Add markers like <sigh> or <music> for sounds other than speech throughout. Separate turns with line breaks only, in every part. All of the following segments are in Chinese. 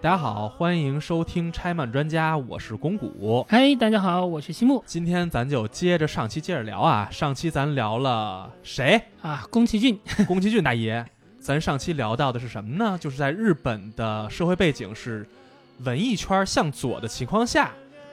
大家好，欢迎收听拆漫专家，我是龚古。
嗨，大家好，我是西木
今天咱就接着上期接着聊啊，上期咱聊了谁？ <laughs>
啊，宫崎骏
宫崎骏大爷。咱上期聊到的是什么呢？就是在日本的社会背景是文艺圈向左的情况下，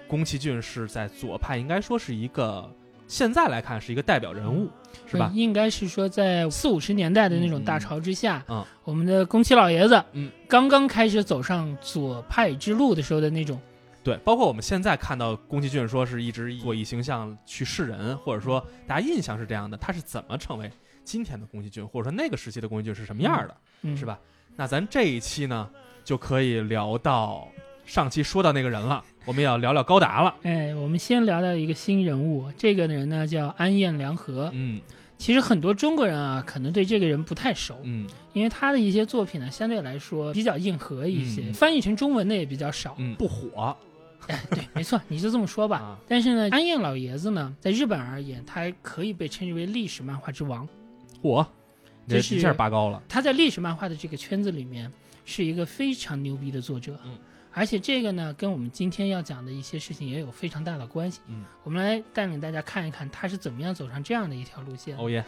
宫崎骏是在左派，应该说是一个现在来看是一个代表人物，是吧？
<laughs> 应该是说在四五十年代的那种大潮之下，
嗯嗯
我们的宫崎老爷子，
嗯，
刚刚开始走上左派之路的时候的那种，
对，包括我们现在看到宫崎骏说是一直以左翼形象去示人，或者说大家印象是这样的，他是怎么成为今天的宫崎骏，或者说那个时期的宫崎骏是什么样的，
嗯，
是？吧？那咱这一期呢，就可以聊到上期说到那个人了，我们也要聊聊高达了。
哎，我们先聊到一个新人物，这个人呢叫安彦良和。
嗯
其实很多中国人啊，可能对这个人不太熟，
嗯
因为他的一些作品呢，相对来说比较硬核一些，
嗯
翻译成中文的也比较少。
嗯，不火
哎对，没错，你就这么说吧。
啊
但是呢，安彦老爷子呢，在日本而言，他可以被称之为历史漫画之王。
火，你
这是
一下拔高了。
他在历史漫画的这个圈子里面是一个非常牛逼的作者，
嗯，
而且这个呢跟我们今天要讲的一些事情也有非常大的关系，
嗯，
我们来带领大家看一看他是怎么样走上这样的一条路线。
欧耶！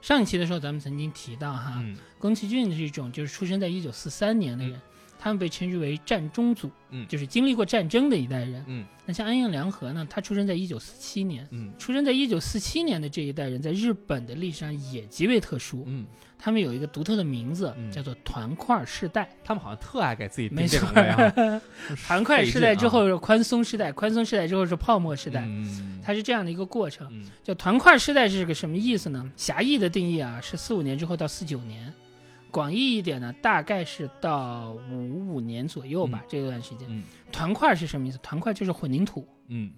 上一期的时候咱们曾经提到哈，
嗯
宫崎骏是一种就是出生在一九四三年的人，他们被称之为战中族，
嗯
就是经历过战争的一代人。
嗯
那像安彦良和呢，他出生在一九四七年。
嗯
出生在一九四七年的这一代人，在日本的历史上也极为特殊。
嗯，
他们有一个独特的名字，
嗯
叫做团块世代。
他们好像特爱给自己定
没
这
错
种位
<laughs>
啊。
团块世代之后是宽松世代，宽松世代之后是泡沫时
时
代，
啊嗯
它是这样的一个过程。
嗯
就团块世代是个什么意思呢？狭义的定义啊，是四五年之后到四九年；广义一点呢，大概是到五五年左右吧，这段时间。
嗯
团块是什么意思？团块就是混凝土，
嗯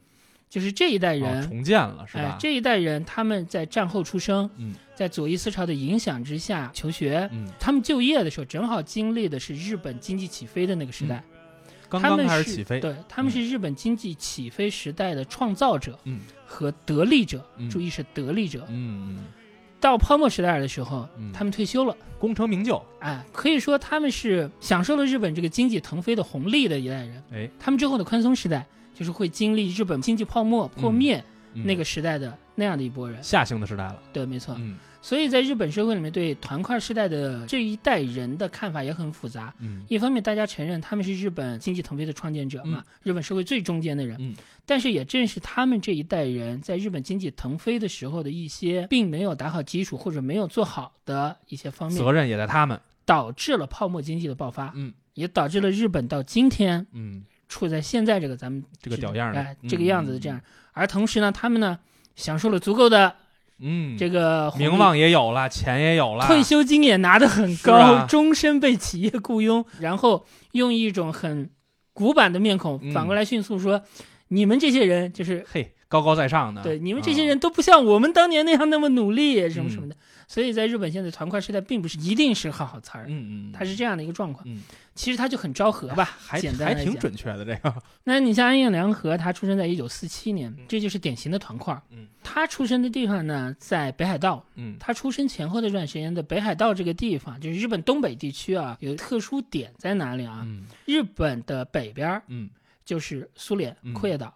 就是这一代
嗯，哦
人。
重建了是
哎
吧，？
这一代人他们在战后出生，
嗯
在左翼思潮的影响之下求学，
嗯，
他们就业的时候正好经历的是日本经济起飞的那个时代。
嗯刚
他
刚
们
开始
是
起飞。
对，他们是日本经济起飞时代的创造者
嗯
和得力者，
嗯
注意是得力者。
嗯嗯，
到泡沫时代的时候，
嗯
他们退休了，
功成名就。
哎，可以说他们是享受了日本这个经济腾飞的红利的一代人。
哎，
他们之后的宽松时代，就是会经历日本经济泡沫破灭
嗯
那个时代的那样的一波人。
下行的时代了。
对，没错。
嗯
所以在日本社会里面，对团块时代的这一代人的看法也很复杂。
嗯
一方面，大家承认他们是日本经济腾飞的创建者嘛，日本社会最中间的人。
嗯
但是也正是他们这一代人在日本经济腾飞的时候的一些并没有打好基础或者没有做好的一些方面，
责任也在他们。
导致了泡沫经济的爆发，
嗯
也导致了日本到今天
嗯，
处在现在这个咱们
这个屌样儿的
哎
嗯
这个样子的这样。而同时呢，他们呢享受了足够的
嗯，
这个红利
名望也有了，钱也有了，
退休金也拿得很
是
高，
啊
终身被企业雇佣，然后用一种很古板的面孔
嗯
反过来迅速说：“你们这些人就是
嘿，高高在上的。
对你们这些
啊嗯
人都不像我们当年那样那么努力，什么什么的。”所以，在日本现在团块时代并不是一定是好好词儿，
嗯嗯，
它是这样的一个状况。
嗯
其实它就很昭和
好
吧，
还
简单
还
来
挺
讲
准确的这个。
那你像安彦良和，他出生在一九四七年
嗯，
这就是典型的团块。
嗯，
他出生的地方呢，在北海道。
嗯
他出生前后的这段时间的北海道这个地方，就是日本东北地区啊，有特殊点在哪里啊？
嗯
日本的北边儿
嗯
就是苏联
嗯
库
<laughs>
页岛，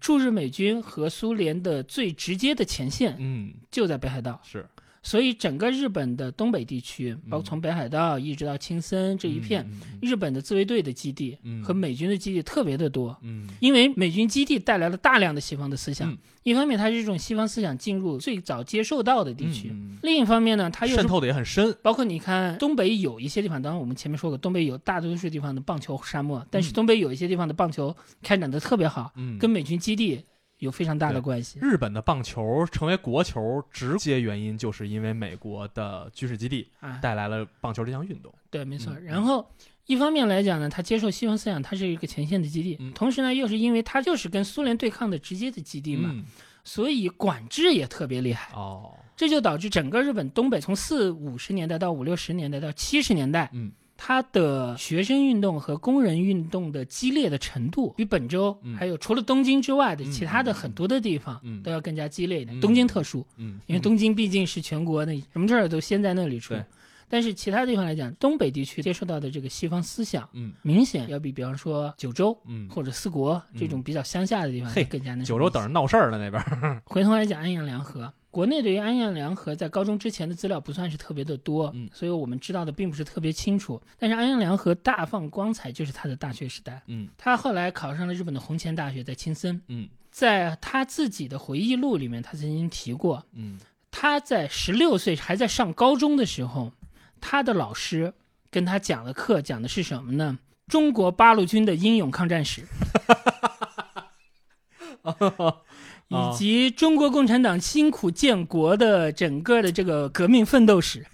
驻日美军和苏联的最直接的前线
嗯，
就在北海道，
是
所以整个日本的东北地区，包括从北海道一直到青森这一片，。
嗯嗯
日本的自卫队的基地
嗯
和美军的基地特别的多。
嗯嗯
因为美军基地带来了大量的西方的思想，
嗯
一方面它是一种西方思想进入最早接受到的地区，
嗯嗯
另一方面呢，它又
渗
是
透的也很深。
包括你看东北有一些地方，当然我们前面说过，东北有大多数地方的棒球沙漠，但是
嗯
东北有一些地方的棒球开展的特别好，
嗯，
跟美军基地有非常大的关系。
日本的棒球成为国球，直接原因就是因为美国的军事基地
啊，
带来了棒球这项运动。
对，没错。
嗯
然后一方面来讲呢，它接受西方思想，它是一个前线的基地，
嗯
同时呢，又是因为它就是跟苏联对抗的直接的基地嘛，
嗯
所以管制也特别厉害。
哦，
这就导致整个日本东北从四五十年代到五六十年代到七十年代，
嗯，
它的学生运动和工人运动的激烈的程度，比本州、
嗯
还有除了东京之外的
嗯
其他的很多的地方、
嗯
都要更加激烈一点。
嗯
东京特殊，
嗯，
因为东京毕竟是全国那什么事儿都先在那里出
对。
但是其他地方来讲，东北地区接受到的这个西方思想，
嗯
明显要比比方说九州
嗯，
<laughs> 或者四国这种比较乡下的地方
嘿
更加那什
九
么
州等着闹事儿呢那边
<laughs>
儿，
回头来讲安阳梁河，国内对于安阳梁河在高中之前的资料不算是特别的多，
嗯
所以我们知道的并不是特别清楚。但是安阳梁河大放光彩就是他的大学时代，
嗯
他后来考上了日本的弘前大学，在青森。
嗯
在他自己的回忆录里面，他曾经提过， <laughs>
嗯
他在十六岁还在上高中的时候，他的老师跟他讲的课讲的是什么呢？中国八路军的英勇抗战史，
啊
以及中国共产党辛苦建国的整个的这个革命奋斗史。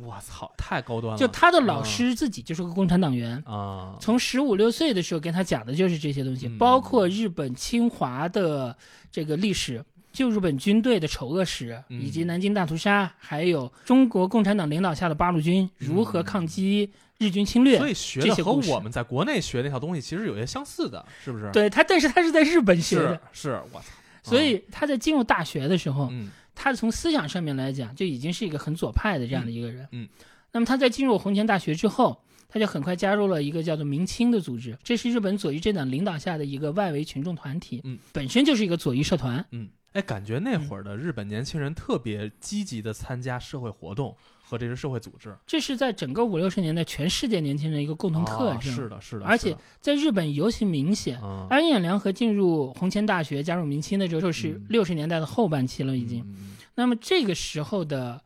我操，太高端了，
就他的老师自己就是个共产党员，
啊，
从十五六岁的时候跟他讲的就是这些东西
嗯，
包括日本侵华的这个历史。旧日本军队的丑恶史，
嗯
以及南京大屠杀，还有中国共产党领导下的八路军如何抗击日军侵略，
嗯所以学
这
的
些
和
故事
我们在国内学那套东西其实有些相似的，是不是？，
对他，但是他是在日本学
是啊
的，
是，我操，
所以他在进入大学的时候，
嗯
他从思想上面来讲，就已经是一个很左派的这样的一个人。
嗯嗯
那么他在进入弘前大学之后，他就很快加入了一个叫做明清的组织，这是日本左翼政党领导下的一个外围群众团体，
嗯
本身就是一个左翼社团。
嗯，哎，感觉那会儿的日本年轻人特别积极的参加社会活动和这些社会组织，
这是在整个五六十年代全世界年轻人一个共同特
啊
征。
是的，是的，
而
是
且
的
在日本尤其明显。
嗯，
安彦良和进入弘前大学、加入明清的时候是
嗯
六十年代的后半期了，已经。
嗯
那么这个时候的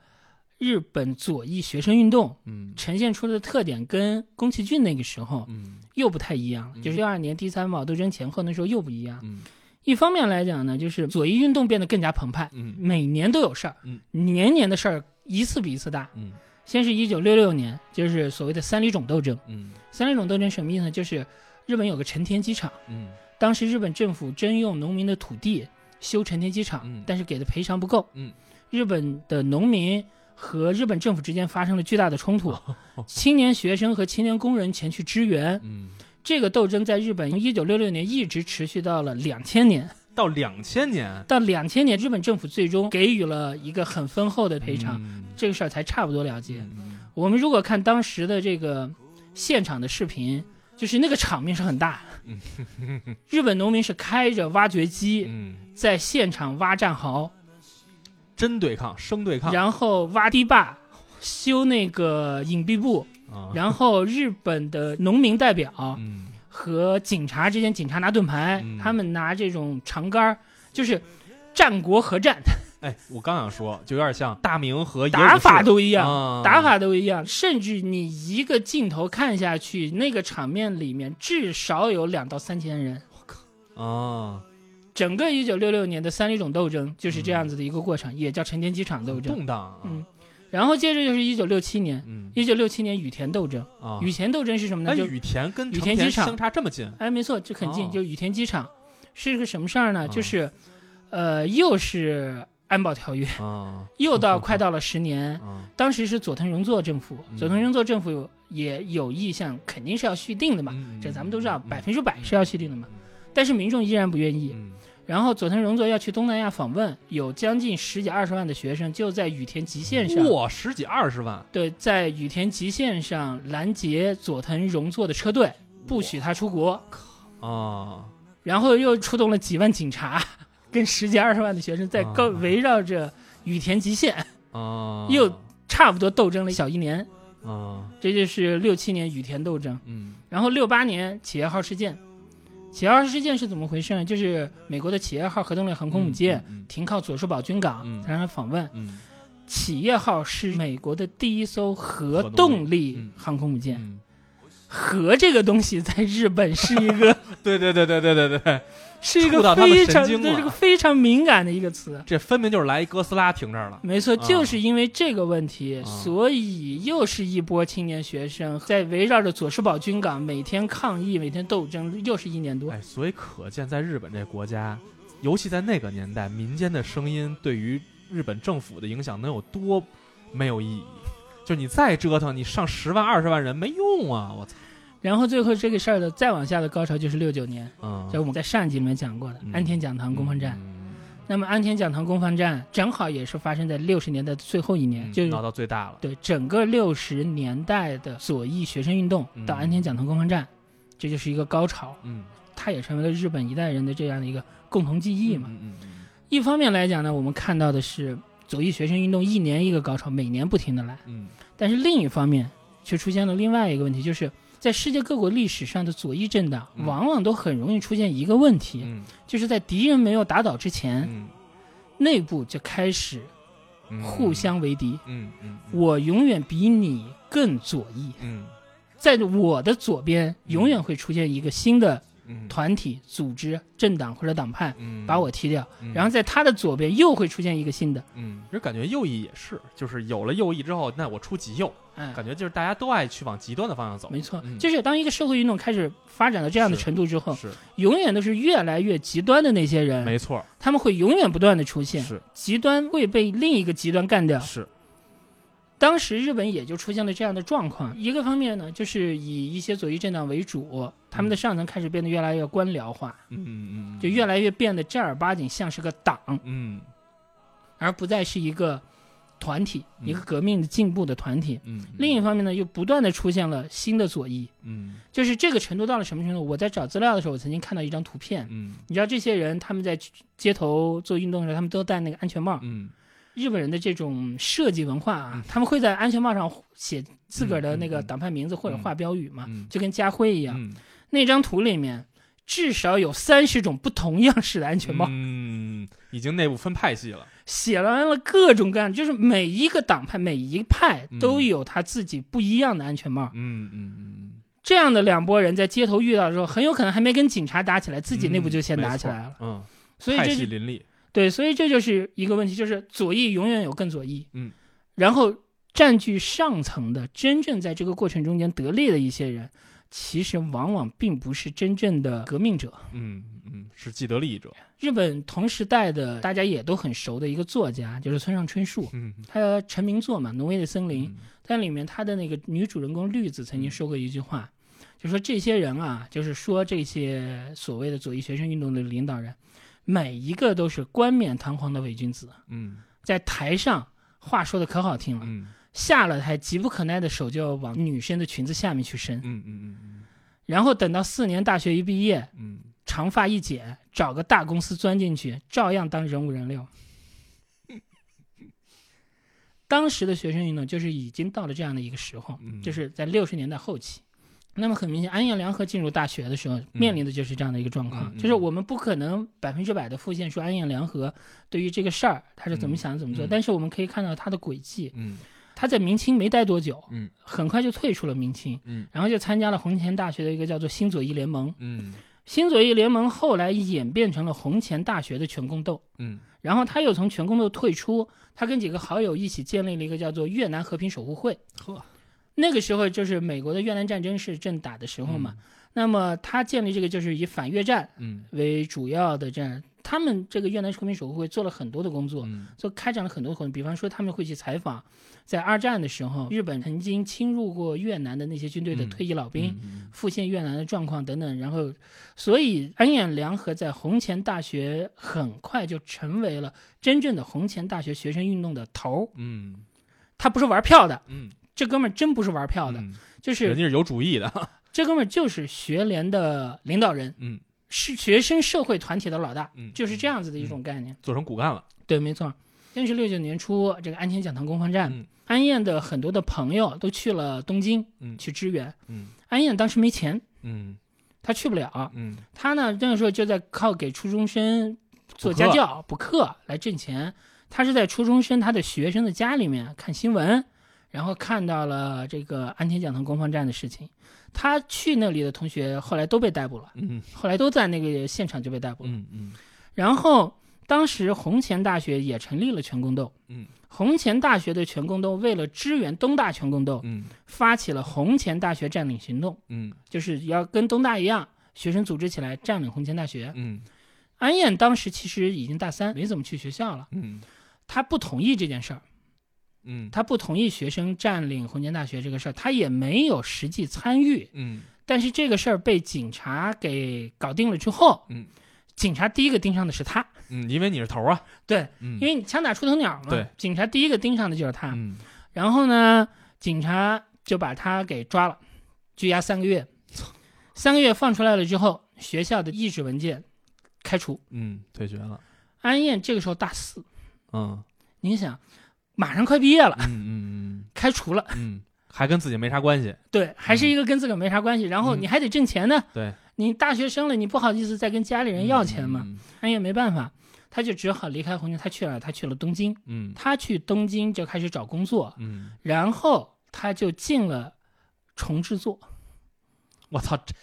日本左翼学生运动，
嗯
呈现出的特点跟宫崎骏那个时候
嗯
又不太一样了，
嗯
就是六二年第三保斗争前后那时候又不一样。
嗯
一方面来讲呢，就是左翼运动变得更加澎湃，
嗯
每年都有事儿
嗯，
年年的事儿一次比一次大。
嗯
先是一九六六年，就是所谓的三里冢斗争。
嗯
三里冢斗争什么意思呢？就是日本有个成田机场，
嗯
当时日本政府征用农民的土地修成田机场
嗯，
但是给的赔偿不够。
嗯，
日本的农民和日本政府之间发生了巨大的冲突，
哦
青年学生和青年工人前去支援。
嗯，
这个斗争在日本从一九六六年一直持续到了两千年，
到两千年
到两千年日本政府最终给予了一个很丰厚的赔偿，
嗯
这个事儿才差不多了结。
嗯
我们如果看当时的这个现场的视频，就是那个场面是很大。日本农民是开着挖掘机
嗯，
在现场挖战壕，
真对抗，生对抗
然后挖堤坝、修那个隐蔽部，
啊，
然后日本的农民代表
嗯
和警察之间，警察拿盾牌
嗯，
他们拿这种长杆儿，就是战国合战，
哎，我刚想说，就有点像大明和野
打
武士
法都一样。
啊
打法都一样，甚至你一个镜头看下去，那个场面里面至少有两到三千人。
啊，
整个一九六六年的三里冢斗争就是这样子的一个过程，也叫成田机场斗争。
动荡啊，
嗯，然后接着就是一九六七年，
嗯
一九六七年羽田斗争。
啊，
羽田斗争是什么
那
呢？就
羽田跟
羽
成
田
田
机场
相差这么近，
哎，没错，这很近，
哦
就羽田机场是个什么事儿呢？
哦
就是，呃，又是安保条约， <laughs>
啊
又到快到了十年，
啊，
当时是佐藤荣作政府，
嗯
佐藤荣作政府也有意向，肯定是要续订的嘛，
嗯
这咱们都知道，
嗯
百分之百是要续订的嘛。但是民众依然不愿意。
嗯
然后佐藤荣作要去东南亚访问，有将近十几二十万的学生就在羽田极限上，
哇，十几二十万，
对，在羽田极限上拦截佐藤荣作的车队，不许他出国。
啊，
然后又出动了几万警察，跟十几二十万的学生在高
啊
围绕着羽田极限，
啊，
又差不多斗争了小一年。
啊，
这就是六七年羽田斗争，
嗯
然后六八年企业号事件。企业号事件是怎么回事呢？就是美国的企业号核动力航空母舰
嗯
停靠佐世保军港，
嗯
然后访问。
嗯
企业号是美国的第一艘核
核动力
动力
嗯
航空母舰。
嗯，
核这个东西在日本是一
<laughs>
个
嗯对对对对对对对，
是一
触
个
到他们
非
神
常
经
对
了
这个非常敏感的一个词。
这分明就是来一哥斯拉停这儿了，
没错，
啊
就是因为这个问题，
啊
所以又是一波青年学生在围绕着佐世保军港每天抗议，每天斗争，又是一年多。
哎，所以可见在日本这国家，尤其在那个年代，民间的声音对于日本政府的影响能有多没有意义？就你再折腾，你上十万二十万人没用啊！我操，
然后最后这个事儿的再往下的高潮就是六九年，
嗯，
就我们在上一集里面讲过的
嗯
安田讲堂攻防战。
嗯，
那么安田讲堂攻防战正好也是发生在六十年代的最后一年，
嗯
就是
闹到最大了，
对整个六十年代的左翼学生运动到
嗯
安田讲堂攻防战，这就是一个高潮，
嗯，
它也成为了日本一代人的这样的一个共同记忆嘛。
嗯嗯嗯
一方面来讲呢，我们看到的是左翼学生运动一年一个高潮，每年不停的来，
嗯，
但是另一方面却出现了另外一个问题，就是在世界各国历史上的左翼政党
嗯
往往都很容易出现一个问题，
嗯
就是在敌人没有打倒之前，
嗯
内部就开始
嗯，
互相为敌。
嗯，嗯嗯，
我永远比你更左翼，
嗯
在我的左边永远会出现一个新的
嗯，
团体、组织、政党或者党派
嗯
把我，踢掉，
嗯
然后在他的左边又会出现一个新的，
嗯，其实感觉右翼也是，就是有了右翼之后，那我出极右，
哎，
感觉就是大家都爱去往极端的方向走，
没错
嗯，
就是当一个社会运动开始发展到这样的程度之后，
是，
永远都是越来越极端的那些人，
没错，
他们会永远不断的出现，
是
极端会被另一个极端干掉。
是，
当时日本也就出现了这样的状况。一个方面呢，就是以一些左翼政党为主，他们的上层开始变得越来越官僚化，
嗯嗯嗯，
就越来越变得正儿八经像是个党，
嗯
而不再是一个团体，
嗯
一个革命进步的团体。
嗯，嗯
另一方面呢，又不断的出现了新的左翼，
嗯
就是这个程度到了什么程度？我在找资料的时候，我曾经看到一张图片，
嗯
你知道这些人他们在街头做运动的时候，他们都戴那个安全帽。
嗯
日本人的这种设计文化啊
嗯，
他们会在安全帽上写自个儿的那
嗯嗯
个
嗯
党派名字或者画标语嘛，
嗯
啊就跟家徽一样。
嗯，
那张图里面至少有三十种不同样式的安全帽，
嗯，已经内部分派系了，
写完了各种各样，就是每一个党派、每一派
嗯
都有他自己不一样的安全帽。
嗯嗯
这样的两拨人在街头遇到的时候，很有可能还没跟警察打起来，自己内部就先打起来了。
嗯，
所以
派
这
系
是
林立，
对，所以这就是一个问题，就是左翼永远有更左翼，
嗯，
然后占据上层的真正在这个过程中间得利的一些人，其实往往并不是真正的革命者。
嗯嗯，是既得利益者，
日本同时代的大家也都很熟的一个作家，就是村上春树，
嗯，
他的成名作嘛，《挪威的森林》，但里面他的那个女主人公绿子曾经说过一句话，就说这些人啊，就是说这些所谓的左翼学生运动的领导人，每一个都是冠冕堂皇的伪君子，
嗯
在台上话说的可好听了，
嗯
下了台急不可耐的手就要往女生的裙子下面去伸，
嗯嗯
然后等到四年大学一毕业，
嗯
长发一剪，找个大公司钻进去，照样当人五人六。 <laughs> 当时的学生运动就是已经到了这样的一个时候，
嗯
就是在六十年代后期。那么很明显，安彦良和进入大学的时候面临的就是这样的一个状况，
嗯嗯嗯
就是我们不可能百分之百的复现出安彦良和对于这个事儿他是怎么想的、怎么做，
嗯
但是我们可以看到他的轨迹，
嗯
他在明清没待多久，
嗯
很快就退出了明清，
嗯
然后就参加了弘前大学的一个叫做新左翼联盟，
嗯
新左翼联盟后来演变成了弘前大学的全共斗，
嗯
然后他又从全共斗退出，他跟几个好友一起建立了一个叫做越南和平守护会。
呵，
那个时候就是美国的越南战争是正打的时候嘛，那么他建立这个就是以反越战
嗯
为主要的这样，他们这个越南和平守护会做了很多的工作，
嗯
就开展了很多活动，比方说他们会去采访，在二战的时候，日本曾经侵入过越南的那些军队的
嗯
退役老兵，
嗯
复现越南的状况等等，然后，所以安彦良和在弘前大学很快就成为了真正的弘前大学学生运动的头儿。
嗯
他不是玩票的，
嗯，
这哥们儿真不是玩票的，就
人
是
家是有主意的，
这哥们儿就是学联的领导人，
嗯
是学生社会团体的老大，
嗯，
就是这样子的一种概念。
做成骨干了，
对，没错。先是六九年初，这个安田讲堂攻防战，
嗯
安彦的很多的朋友都去了东京
嗯
去支援。
嗯
安彦当时没钱，
嗯
他去不了。
嗯
他呢那个时候就在靠给初中生做家教补课来挣钱。他是在初中生他的学生的家里面看新闻，然后看到了这个安田讲堂攻防战的事情。他去那里的同学后来都被逮捕了，
嗯
后来都在那个现场就被逮捕了。
嗯嗯
然后当时弘前大学也成立了全共斗。
嗯
弘前大学的全共斗为了支援东大全共斗，
嗯
发起了弘前大学占领行动，
嗯
就是要跟东大一样，学生组织起来占领弘前大学。
嗯
安彦当时其实已经大三，没怎么去学校了，
嗯
他不同意这件事儿，
嗯
他不同意学生占领红间大学这个事儿，他也没有实际参与。
嗯
但是这个事儿被警察给搞定了之后，
嗯
警察第一个盯上的是他，
嗯，因为你是头啊，
对，
嗯，
因为你枪打出头鸟嘛。
对，
警察第一个盯上的就是他。
嗯
然后呢，警察就把他给抓了，拘押三个
<laughs>
月。三个月放出来了之后，学校的意志文件开除。
嗯退学了，
安燕这个时候大四，
<laughs> 嗯
你想，马上快毕业了，
嗯嗯
开除了，
嗯嗯，还跟自己没啥关系，
对，还是一个跟自个儿没啥关系，然后
嗯
你还得挣钱呢。
对，
你大学生了，你不好意思再跟家里人要钱嘛。
嗯
安燕没办法，她就只好离开红军，她去了，她去了东京，
嗯
她去东京就开始找工作，
嗯，
然后她就进了重制作。
我操，这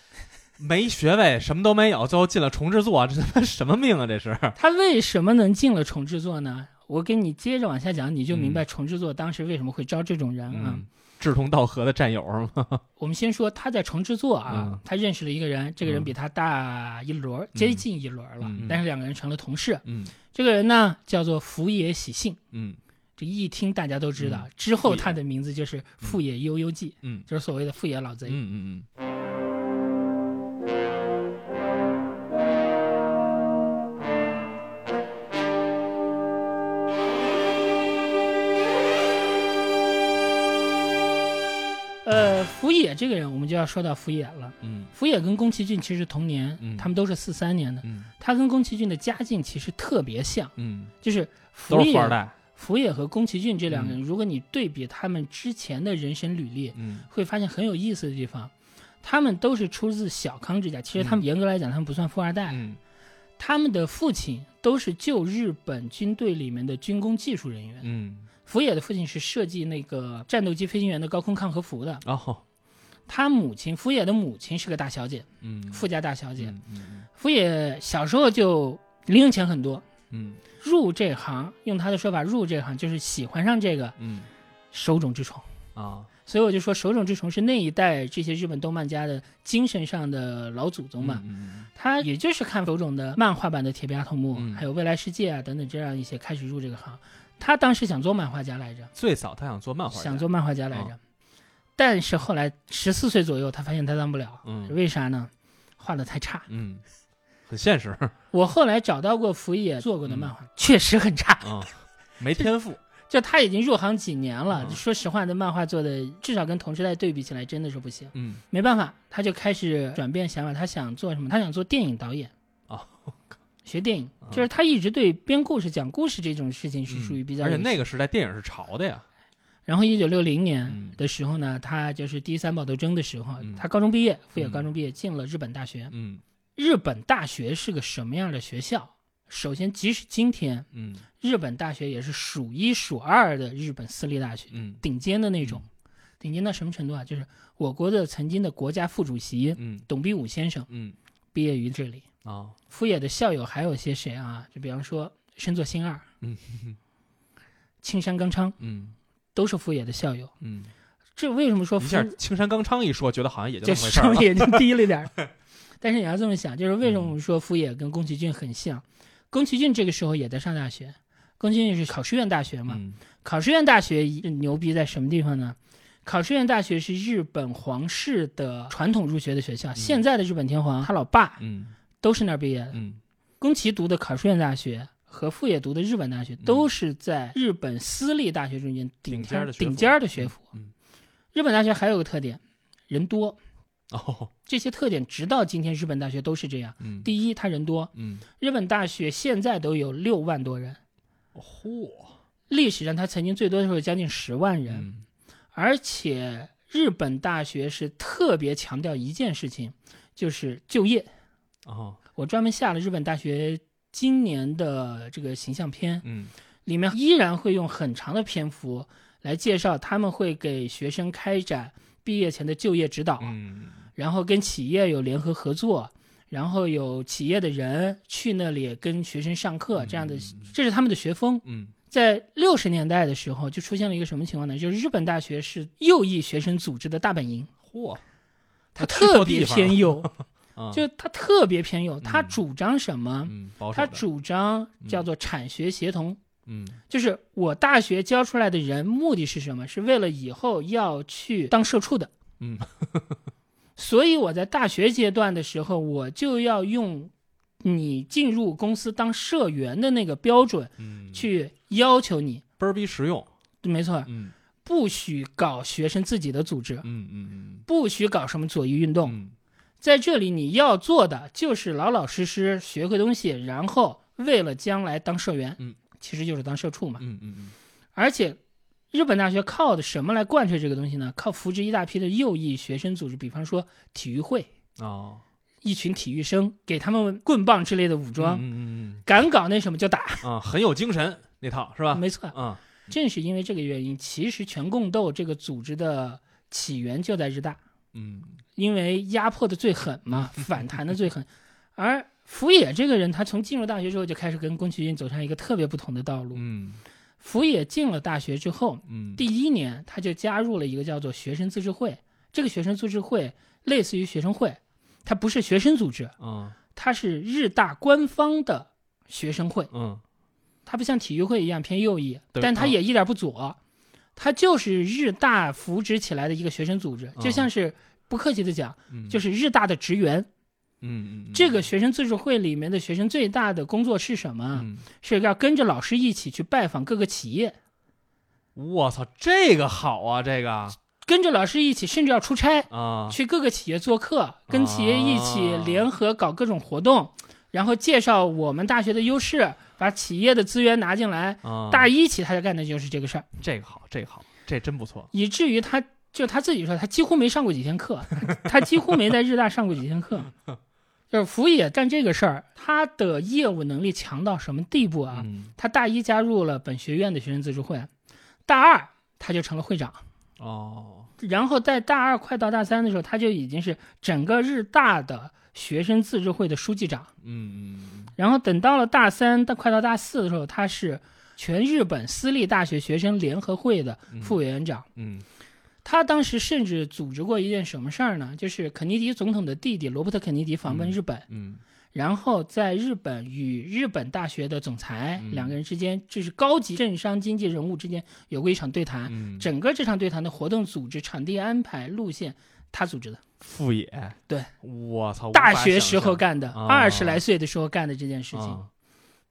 没学位，什么都没有，最后进了重制作，这他妈什么命啊？这是，
他为什么能进了重制作呢？我给你接着往下讲，你就明白重制作当时为什么会招这种人啊。
嗯，志同道合的战友是吗？
我们先说他在重制作啊，
嗯
他认识了一个人，这个人
嗯
比他大一轮儿，接近一轮儿了，
嗯嗯
但是两个人成了同事。
嗯
这个人呢叫做福野喜幸，
嗯
这一听大家都知道，
嗯
之后
富野
他的名字就是富野悠悠记，
嗯
就是所谓的富野老贼。
嗯嗯嗯
呃，福野这个人，我们就要说到福野了。
嗯
福野跟宫崎骏其实同年，
嗯
他们都是四三年的。
嗯
他跟宫崎骏的家境其实特别像，
嗯，
就是福
都是
野
富二代，
福野和宫崎骏这两个人，如果你对比他们之前的人生履历，
嗯
会发现很有意思的地方。他们都是出自小康之家，其实他们严格来讲，他们不算富二代，
嗯
他们的父亲都是旧日本军队里面的军工技术人员。
嗯，
福野的父亲是设计那个战斗机飞行员的高空抗和服的，
然后
他母亲福野的母亲是个大小姐，
嗯，
富家大小姐。
嗯嗯
福野小时候就零用钱很多，
嗯
入这行，用他的说法，入这行就是喜欢上这个
嗯
手冢治虫。
啊，
所以我就说，手冢治虫是那一代这些日本动漫家的精神上的老祖宗嘛。
嗯
他也就是看手冢的漫画版的《铁臂阿童木》，
嗯
还有《未来世界啊》等等这样一些，开始入这个行。他当时想做漫画家来着，
最早他想做漫画，哦
想，做漫画家来着，但是后来十四岁左右，他发现他当不了，
嗯
为啥呢？画的太差。
嗯，很现 <laughs> 实
我后来找到过福野做过
嗯
的漫画，确实很差。
啊，没天赋，
就他已经入行几年了，
嗯
说实话，那漫画做的至少跟同时代对比起来，真的是不行。
嗯
没办法，他就开始转变想法，他想做什么？他想做电影导演
啊，
<laughs> 学电影
啊，
就是他一直对编故事、讲故事这种事情是
嗯
属于比较
而
有
且
兴趣。
那个时代电影是潮的呀，
然后一九六零年
嗯
的时候呢，他就是第三保斗争的时候，
嗯
他高中毕业，福野
嗯
高中毕业进了日本大学。
嗯
日本大学是个什么样的学校？首先，即使今天
嗯
日本大学也是数一数二的日本私立大学，
嗯
顶尖的那种。顶尖到什么程度啊？就是我国的曾经的国家副主席
嗯
董必武先生。
嗯
毕业于这里。
啊，
富野的校友还有些谁啊？就比方说深作新二，
嗯，
青山刚昌
嗯
都是富野的校友。
嗯，
这为什么说
一
富
下青山刚昌一说，觉得好像也就
这
那么回事儿
声
了，
也就低了点
<laughs>
儿？但是你要这么想，就是为什么我们说富野跟宫崎骏很像？宫崎骏这个时候也在上大学，宫崎骏是考试院大学嘛。
嗯
考试院大学牛逼在什么地方呢？考试院大学是日本皇室的传统入学的学校，现在的日本天皇他老爸
嗯
都是那儿毕业的。
嗯
宫崎读的考试院大学和富野读的日本大学，都是在日本私立大学中间
顶
顶
尖儿的学府
顶尖儿的学府。
嗯
日本大学还有个特点，人多。
哦
这些特点直到今天日本大学都是这样。
嗯
第一，它人多，
嗯，
日本大学现在都有六万多人，
嚯，
历史上它曾经最多的时候将近十万人，
嗯
而且日本大学是特别强调一件事情，就是就业。
哦
我专门下了日本大学今年的这个形象片，
嗯
里面依然会用很长的篇幅来介绍，他们会给学生开展毕业前的就业指导，
嗯
然后跟企业有联合合作，然后有企业的人去那里跟学生上课，这样的，这是他们的学风。
嗯
在六十年代的时候，就出现了一个什么情况呢？就是日本大学是右翼学生组织的大本营，
嚯，
它
去错
特别
地方
偏
了
右，
啊
就它
<laughs>
特别偏右，它主张什么？
嗯保守
它
的
主张
嗯
叫做产学协同
嗯
就是我大学教出来的人，目的是什么？是为了以后要去当社畜的。
嗯，
<laughs> 所以我在大学阶段的时候，我就要用你进入公司当社员的那个标准
嗯，
去要求你。
倍儿逼实用，
没错，
嗯
不许搞学生自己的组织，
嗯嗯
不许搞什么左翼运
嗯
动。
嗯，
在这里，你要做的就是老老实实学会东西，然后为了将来当社员，
嗯，
其实就是当社畜嘛。
嗯嗯嗯
而且，日本大学靠的什么来贯彻这个东西呢？靠扶植一大批的右翼学生组织，比方说体育会，
嗯，哦，
一群体育生给他们棍棒之类的武装，
嗯嗯
敢搞那什么就打。
嗯啊，很有精神那套是吧？
没错，
嗯
正是因为这个原因，其实全共斗这个组织的起源就在日大，
嗯
因为压迫的最狠
<laughs>
嘛，反弹的最狠。而福野这个人，他从进入大学之后就开始跟宫崎骏走上一个特别不同的道路。
嗯
福野进了大学之后，
嗯，
第一年，他就加入了一个叫做学生自治会。这个学生自治会类似于学生会，它不是学生组织，
嗯
它是日大官方的学生会。
嗯
它不像体育会一样偏右翼，
对啊
但它也一点不左，它就是日大扶植起来的一个学生组织，
嗯
就像是不客气的讲，
嗯，
就是是日大的职员。
嗯嗯嗯
这个学生自治会里面的学生最大的工作是什么？
嗯，
是要跟着老师一起去拜访各个企业，
我操，这个好啊，这个
跟着老师一起，甚至要出差。
啊，
去各个企业做客，跟企业一起
啊
联合搞各种活动，然后介绍我们大学的优势，把企业的资源拿进来。
啊
大一起他就干的就是这个事儿，
这个好，这个好，这真不错，
以至于他就他自己说，他几乎没上过几天课， <laughs> 他几乎没在日大上过几天课。
<laughs>
就是福野干这个事儿，他的业务能力强到什么地步啊？
嗯
他大一加入了本学院的学生自治会，大二他就成了会长。
哦，
然后在大二快到大三的时候，他就已经是整个日大的学生自治会的书记长。
嗯嗯
然后等到了大三到快到大四的时候，他是全日本私立大学学生联合会的
嗯
副委员长。
嗯
他当时甚至组织过一件什么事儿呢？就是肯尼迪总统的弟弟罗伯特·肯尼迪访问日本，
嗯
然后在日本与日本大学的总裁、
嗯
两个人之间，这是高级政商经济人物之间有过一场对谈。
嗯，
整个这场对谈的活动组织、场地安排、路线，他组织的。
副野，
对，
我操，
大学时候干的，
啊
二十来岁的时候干的这件事
事
情。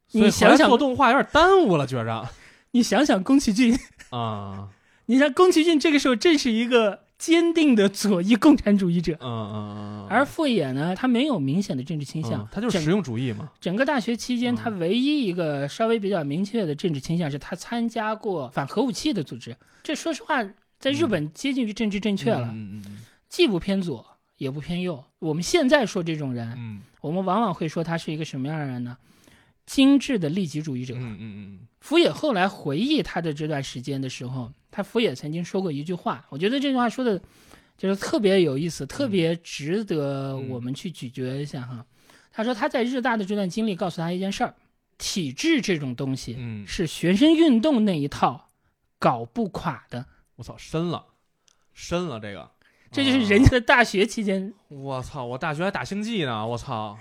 情，
你
啊所以
想
后来
想
做动画有点耽误了，觉
<laughs>
着
你想想宫崎骏，
啊，
你像宫崎骏这个时候正是一个坚定的左翼共产主义者
嗯，嗯嗯，嗯
而副野呢，他没有明显的政治倾向，
他就是实
整
用主义嘛，
整个大学期间，
嗯
他唯一一个稍微比较明确的政治倾向是他参加过反核武器的组织。这说实话，在日本接近于政治正确了，
嗯嗯嗯
既不偏左也不偏右。我们现在说这种人，
嗯
我们往往会说他是一个什么样的人呢？精致的利己主义者。
嗯嗯
福野后来回忆他的这段时间的时候，他福野曾经说过一句话，我觉得这句话说的，就是特别有意
嗯
思，特别值得我们去咀嚼一下哈。他说他在日大的这段经历告诉他一件事儿：体制这种东
嗯
西
嗯，
是学生运动那一套搞不垮的，
我操，深了，深了这个，
这就是人
啊
家的大学期间。
我操，我大学还打星际呢，我操，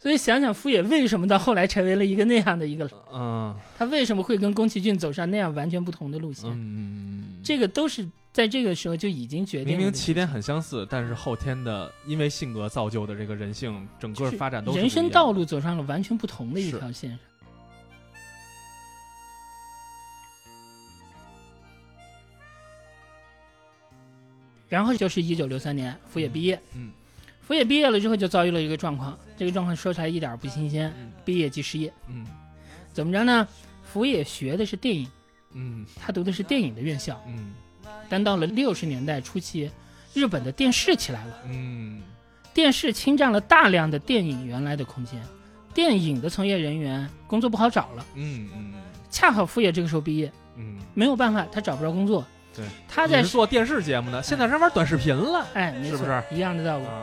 所以想想福野为什么到后来成为了一个那样的一个，
嗯
他为什么会跟宫崎骏走上那样完全不同的路线？
嗯，
这个都是在这个时候就已经决定了
明
的
明
事
起点
情
很相似，但是后天的因为性格造就的这个人性，整个
是
发展都是不
人
一
生
样
道
的
路走上了完全不同的一
是
条线上。然后就是一九六三年，福野毕业。
嗯
福野毕业了之后，就遭遇了一个状况，这个状况说出来一点儿不新鲜，
嗯
毕业即失业。
嗯
怎么着呢？福野学的是电影，
嗯
他读的是电影的院校，
嗯
但到了六十年代初期，日本的电视起来了。
嗯
电视侵占了大量的电影原来的空间，电影的从业人员工作不好找了。
嗯嗯
恰好傅野这个时候毕业，
嗯，
没有办法，他找不着工作。
对，
他
你
在
是做电视节目呢，现在人玩短视频了
哎，没
是
错，
不是
一样的道理？
啊，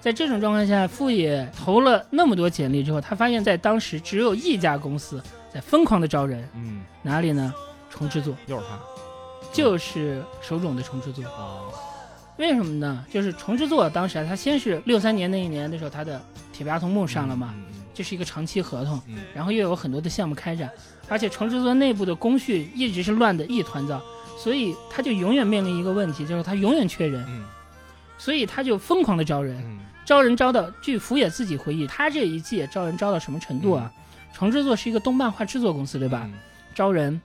在这种状况下，傅野投了那么多简历之后，他发现，在当时只有一家公司在疯狂的招人，
嗯，
哪里呢？重制作，
又是他
就是手冢的重制作。
啊，
为什么呢？就是重制作当时啊他先是六三年那一年的时候，他的《铁臂阿童木》上了嘛，
嗯？嗯
这是一个长期合同，
嗯
然后又有很多的项目开展，而且城市村内部的工序一直是乱的一团糟，所以他就永远面临一个问题，就是他永远缺人，
嗯
所以他就疯狂的招人，
嗯
招人招到，据福野自己回忆，他这一届招人招到什么程度啊？
嗯
城制作是一个动漫画制作公司，对吧？？招人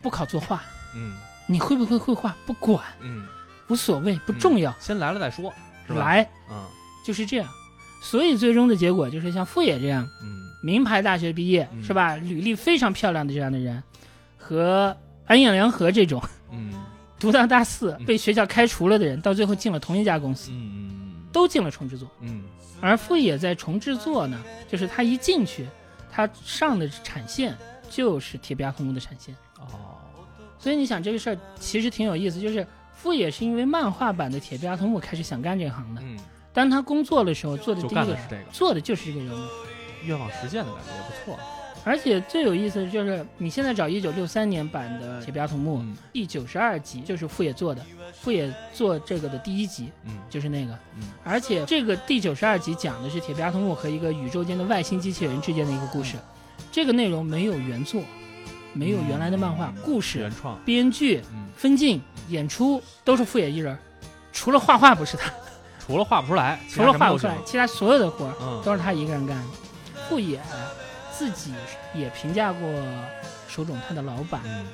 不考作画，
嗯
你会不会绘画不管，
嗯，
无所谓，不重要，
先来了再说，嗯是吧？，
来
嗯
就是这样。所以最终的结果就是像富野这样
嗯
名牌大学毕业、
嗯
是吧？履历非常漂亮的这样的人，和安彦良和这种 <laughs>
嗯
读到大四
嗯
被学校开除了的人，到最后进了同一家公司，
嗯
都进了重制作。
嗯
而富野在重制作呢，就是他一进去，他上的产线就是铁臂阿空的产线，
哦，
所以你想这个事儿其实挺有意思，就是富野是因为漫画版的铁臂阿童木开始想干这行的，
嗯，
当他工作的时候做的
就
第一
干
个
的是这个
做的就是这个人物，
愿望实现的感觉也不错，
而且最有意思的就是你现在找一九六三年版的铁臂阿童木
嗯
第九十二集就是富野做的，富野做这个的第一集
嗯
就是那个。
嗯
而且这个第九十二集讲的是铁臂阿童木和一个宇宙间的外星机器人之间的一个故事，这个内容没有原作，没有原来的漫画、
嗯
故事
原、创，
编剧、
嗯，
分镜、演出都是富野一人儿，除了画画不是他，
除了画不出来，其
除
他
了
什么
画
都
不出来，
行
其他所有的活儿
嗯
都是他一个人干的。富野自己也评价过手冢他的老板，
嗯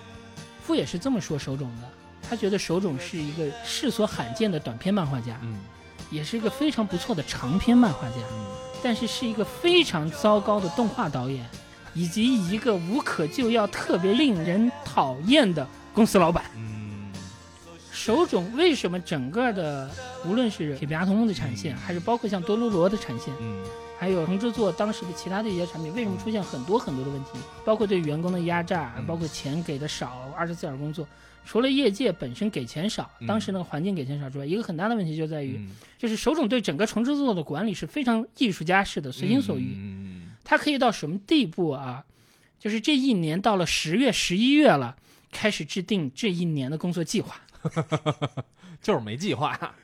富野是这么说手冢的。他觉得手冢是一个世所罕见的短篇漫画家，
嗯
也是一个非常不错的长篇漫画家。
嗯
但是是一个非常糟糕的动画导演，以及一个无可救药、特别令人讨厌的公司老板。
嗯
手冢为什么整个的，无论是铁臂阿童木的产线，还是包括像多罗罗的产线，
嗯
还有藤制作当时的其他的一些产品，为什么出现很多很多的问题？包括对员工的压榨
嗯，
包括钱给的少，二十四小时工作。除了业界本身给钱少，
嗯
当时那个环境给钱少之外，一个很大的问题就在于，
嗯，
就是手冢对整个重制作的管理是非常艺术家式的，随心所欲。
嗯
它可以到什么地步啊？就是这一年到了十月、十一月了，开始制定这一年的工作计划，
嗯，就是没计划，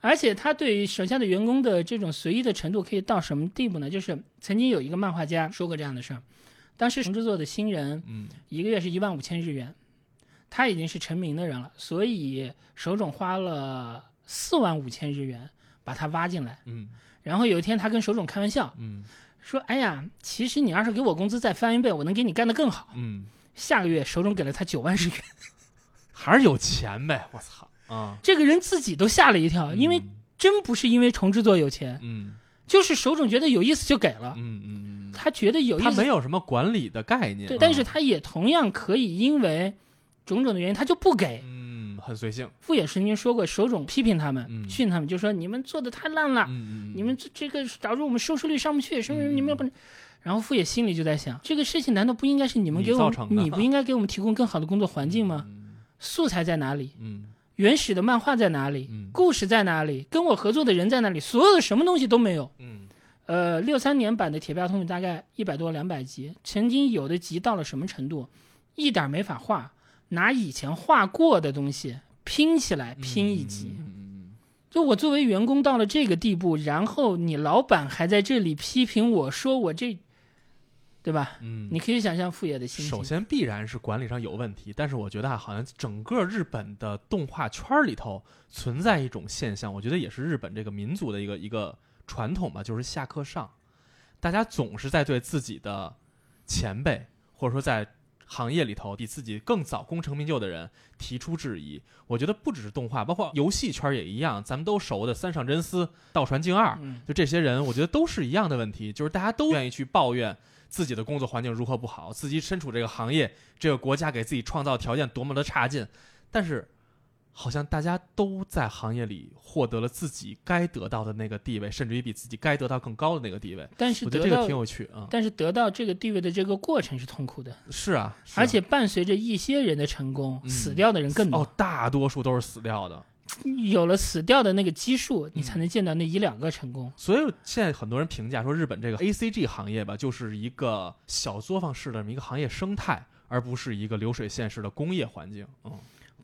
而且他对于手下的员工的这种随意的程度可以到什么地步呢？就是曾经有一个漫画家说过这样的事儿，当时重制作的新人
嗯
一个月是一万五千日元，他已经是成名的人了，所以手冢花了四万五千日元把他挖进来。
嗯
然后有一天，他跟手冢开玩笑
嗯
说：“哎呀，其实你要是给我工资再翻一倍，我能给你干得更好。”
嗯，
下个月手冢给了他九万日元，
还是有钱呗，我操啊！
这个人自己都吓了一跳，因为真不是因为重制作有钱，
嗯
就是手冢觉得有意思就给了，
嗯嗯
他觉得有
嗯，
意
他
思，
没有什么管理的概念，
对，
嗯
但是他也同样可以因为种种的原因，他就不给。
嗯很随性，
富野曾经说过，手冢批评他们、
嗯
训他们，就说你们做的太烂了，
嗯嗯，
你们这这个导致我们收视率上不去，什么什么
嗯
你们要不。然后富野心里就在想，这个事情难道不应该是你们
你
给我
造成
们，
的
你不应该给我们提供更好的工作环境吗？
嗯
素材在哪里？
嗯
原始的漫画在哪里？
嗯
故事在哪里？跟我合作的人在哪里？所有的什么东西都没有。
嗯
呃，六三年版的《铁臂阿童木》大概一百多两百集，曾经有的集到了什么程度？一点儿没法画，拿以前画过的东西拼起来拼一集。
嗯嗯
就我作为员工到了这个地步，然后你老板还在这里批评我说我这，对吧？
嗯，
你可以想象富野的心
首
情。
先必然是管理上有问题，但是我觉得啊，好像整个日本的动画圈儿里头存在一种现象，我觉得也是日本这个民族的一个一个传统吧，就是下课上，大家总是在对自己的前辈或者说在行业里头比自己更早功成名就的人提出质疑。我觉得不只是动画，包括游戏圈儿也一样，咱们都熟的三上真司、道传敬二，
嗯，
就这些人，我觉得都是一样的问题，就是大家都愿意去抱怨自己的工作环境如何不好，自己身处这个行业、这个国家给自己创造条件多么的差劲，但是好像大家都在行业里获得了自己该得到的那个地位，甚至于比自己该得到更高的那个地位。
但是
我觉
得
得这个
到
挺，有趣啊、
但是得到这个地位的这个过程是痛苦的。
嗯！是啊，是啊
而且伴随着一些人的成功，
嗯
死掉的人更多。
哦，大多数都是死掉的，
有了死掉的那个基数，你
嗯
才能见到那一两个成功。
所以现在很多人评价说，日本这个 A C G 行业吧，就是一个小作坊式的这么一个行业生态，而不是一个流水线式的工业环境。嗯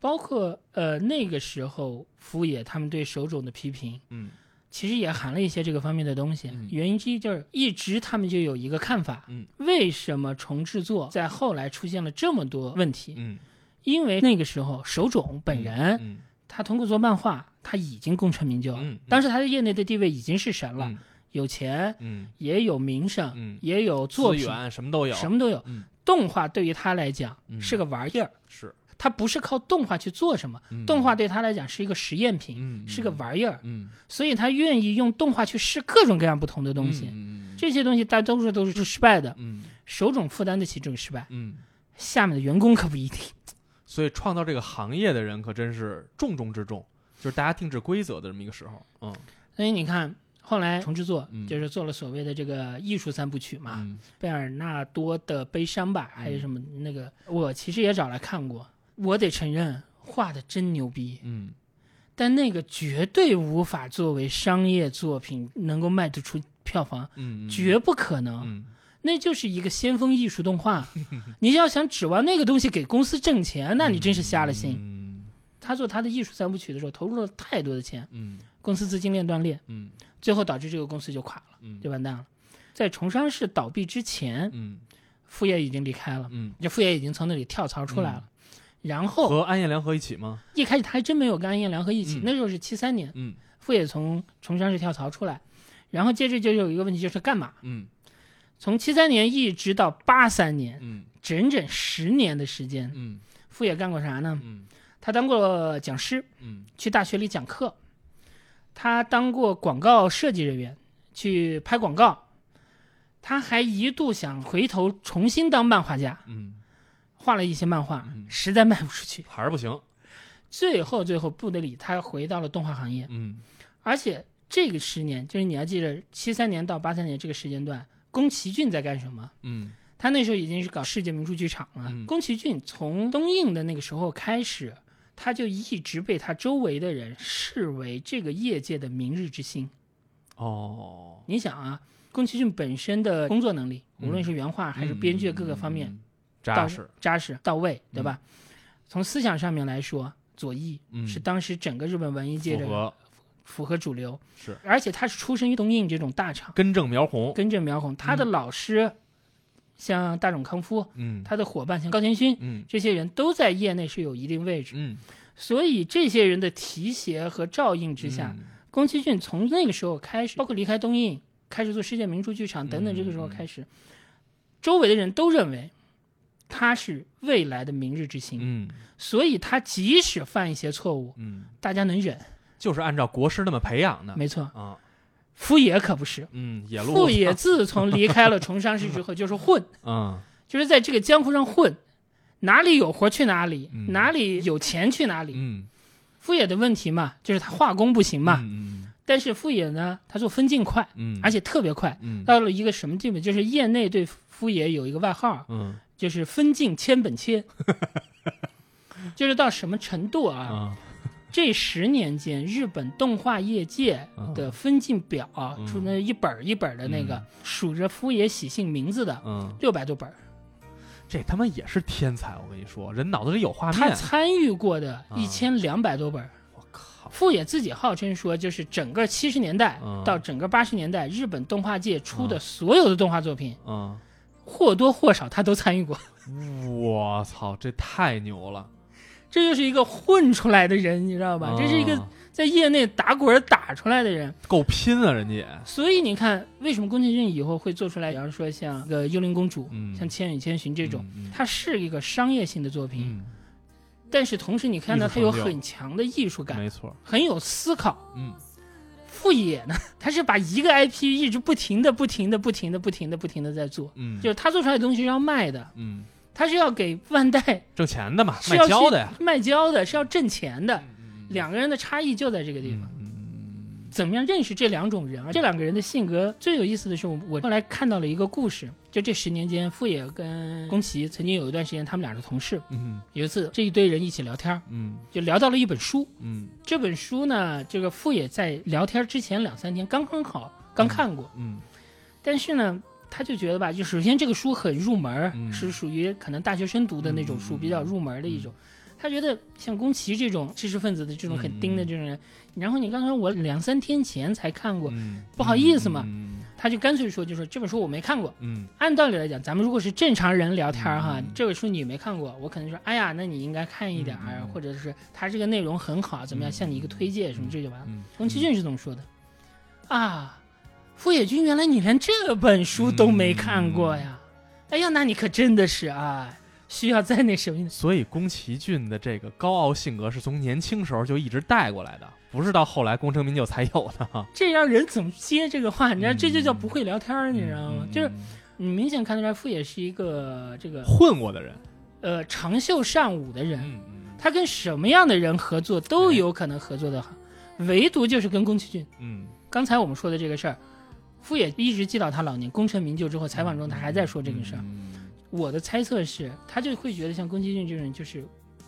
包括呃那个时候福野他们对手冢的批评，
嗯
其实也含了一些这个方面的东西。
嗯
原因之一就是一直他们就有一个看法，
嗯
为什么重制作在后来出现了这么多问题？
嗯，
因为那个时候手冢本人、
嗯
他通过做漫画，他已经功成名哎就了，
嗯嗯
当时他在业内的地位已经是神了，
嗯
有钱
嗯
也有名声，
嗯，
也有作
资
品，
源什么都有，
什么都有。
嗯
动画对于他来讲
嗯
是个玩意儿，
是
他不是靠动画去做什么，
嗯
动画对他来讲是一个实验品，
嗯
是个，玩意儿，
嗯，
所以他愿意用动画去试各种各样不同的
嗯
东西。
嗯嗯
这些东西大多数都是失败的，
嗯
手冢负担得起这个失败，
嗯，
下面的员工可不一定。
所以创造这个行业的人可真是重中之重，就是大家定制规则的这么一个时候，嗯
所以你看，后来重制作
嗯
就是做了所谓的这个艺术三部曲嘛，
嗯
贝尔纳多的悲伤吧，
嗯
还有什么那个，我其实也找来看过，我得承认画的真牛逼，
嗯
但那个绝对无法作为商业作品能够卖得出票房，
嗯，嗯
绝不可能。
嗯
那就是一个先锋艺术
<laughs>
动画，你要想指望那个东西给公司挣钱，那你真是瞎了心。
嗯
他做他的艺术三部曲的时候，投入了太多的钱，
嗯
公司资金链断裂，
嗯
最后导致这个公司就垮了，
嗯，
就
吧？
完蛋了。在重商市倒闭之前，
嗯
傅业已经离开了。
嗯，
这傅爷已经从那里跳槽出来了。然后
和安彦良和一起吗？
一开始他还真没有跟安彦良和一起，
嗯
那时候是七三年，
嗯
傅爷从从商市跳槽出来，然后接着就有一个问题，就是干嘛？
嗯
从七三年一直到八三年，
嗯
整整十年的时间，
嗯
傅爷干过啥呢？
嗯
他当过讲师，
嗯
去大学里讲课；他当过广告设计人员，去拍广告。他还一度想回头重新当漫画家，
嗯，
画了一些漫画
嗯，
实在卖不出去，
还是不行。
最后最后，布德里他回到了动画行业，
嗯
而且这个十年，就是你要记着七三年到八三年这个时间段，宫崎骏在干什么？
嗯
他那时候已经是搞世界名著剧场了。
嗯
宫崎骏从东映的那个时候开始，他就一直被他周围的人视为这个业界的明日之星。
哦，
你想啊，宫崎骏本身的工作能力，无论是原画还是编剧各个方面，
嗯
到
扎实。
扎实到位，对吧？从思想上面来说，左翼
嗯
是当时整个日本文艺界
符
的
合
符合主流，
是
而且他是出身于东映这种大厂，
根正苗红。
根正苗红。他的老师、像大冢康夫，
嗯
他的伙伴像高田勋，
嗯
这些人都在业内是有一定位置，
嗯，
所以这些人的提携和照应之
嗯
下，宫崎骏从那个时候开始，包括离开东映，开始做世界名著剧场等等，
嗯
这个时候开始，周围的人都认为他是未来的明日之星，
嗯
所以他即使犯一些错误，
嗯，
大家能忍。
就是按照国师那么培养的
没错，
啊。
福野可不是。
嗯，野路
傅野自从离开了重商市
<laughs>
之后，就是混，
嗯
就是在这个江湖上混，哪里有活去哪里，
嗯
哪里有钱去哪里。
嗯
傅野的问题嘛，就是他画工不行嘛，
嗯
但是傅野呢，他做分镜快，
嗯，
而且特别快，
嗯
到了一个什么地步，就是业内对傅野有一个外号，
嗯
就是分镜千本
<laughs>
切，就是到什么程度啊？
啊
这十年间，日本动画业界的分镜表啊
嗯，
出那一本儿一本儿的那个
嗯
数着傅野喜庆名字的
嗯，
六百多本儿，
这他妈也是天才，我跟你说，人脑子里有画
他
面。
参与过的
啊
一千两百多本儿。
我靠，
傅野自己号称说，就是整个七十年代
嗯
到整个八十年代，日本动画界出的所有的动画作品，
嗯，
或多或少他都参与过。
我操，这太牛了，
这就是一个混出来的人，你知道吧？这是一个
啊
在业内打滚打出来的人。
够拼啊，人家也。
所以你看，为什么宫崎骏以后会做出来，比方说像那个《幽灵公主》
嗯
像《千与千寻》这种，哎
嗯，嗯
它是一个商业性的作品，
嗯
但是同时你看到它有
艺术成就
很强的艺术感，
没错，
很有思考。
嗯
富野呢， <laughs> 他是把一个 IP 一直不停的、不停的、不停的、不停的、不停的在做，
嗯，
就是他做出来的东西是要卖的，
嗯
他是要给万代 <laughs>
挣钱的嘛，
是
卖
要
胶
去
的呀，
卖胶的，是要挣钱的。
嗯
两个人的差异就在这个地方。
嗯
怎么样认识这两种人啊？这两个人的性格最有意思的是，我我后来看到了一个故事，就这十年间，傅野跟宫崎曾经有一段时间，他们俩是同事。
嗯
有一次，这一堆人一起聊天，
嗯
就聊到了一本书。
嗯
这本书呢，这个傅野在聊天之前两三天刚刚好刚看过，
嗯
但是呢，他就觉得吧，就首先这个书很入门，
嗯
是属于可能大学生读的那种书，
嗯
比较入门的一种。他他觉得像宫崎这种知识分子的这种很盯的这种人，然后你刚才说我两三天前才看过，
嗯
不好意思嘛
嗯
他就干脆说，就说这本书我没看过。
嗯
按道理来讲，咱们如果是正常人聊天儿哈，
嗯
这本书你没看过，我可能说，哎呀，那你应该看一点儿，
嗯嗯
或者是它这个内容很好，怎么样，
嗯
向你一个推介什么，这就完了。
嗯，
宫崎骏是这么说的？啊，傅野君，原来你连这本书
嗯
都没看过呀！哎呀，那你可真的是啊，需要再那什么一点。
所以宫崎骏的这个高傲性格是从年轻时候就一直带过来的，不是到后来功成名就才有
<laughs>
的。
这让人怎么接这个话？你知道，这就叫不会聊天儿，你知道吗？
嗯
啊就是你明显看得出来，傅野是一个这个
混过的人，
呃长袖善舞的人，
嗯嗯
他跟什么样的人合作都
哎
有可能合作的好，唯独就是跟宫崎骏。
嗯，
刚才我们说的这个事儿，傅野一直记到他老年功成名就之后，采访中他还在说这个事儿。
嗯
我的猜测是，他就会觉得像宫崎骏这种人就是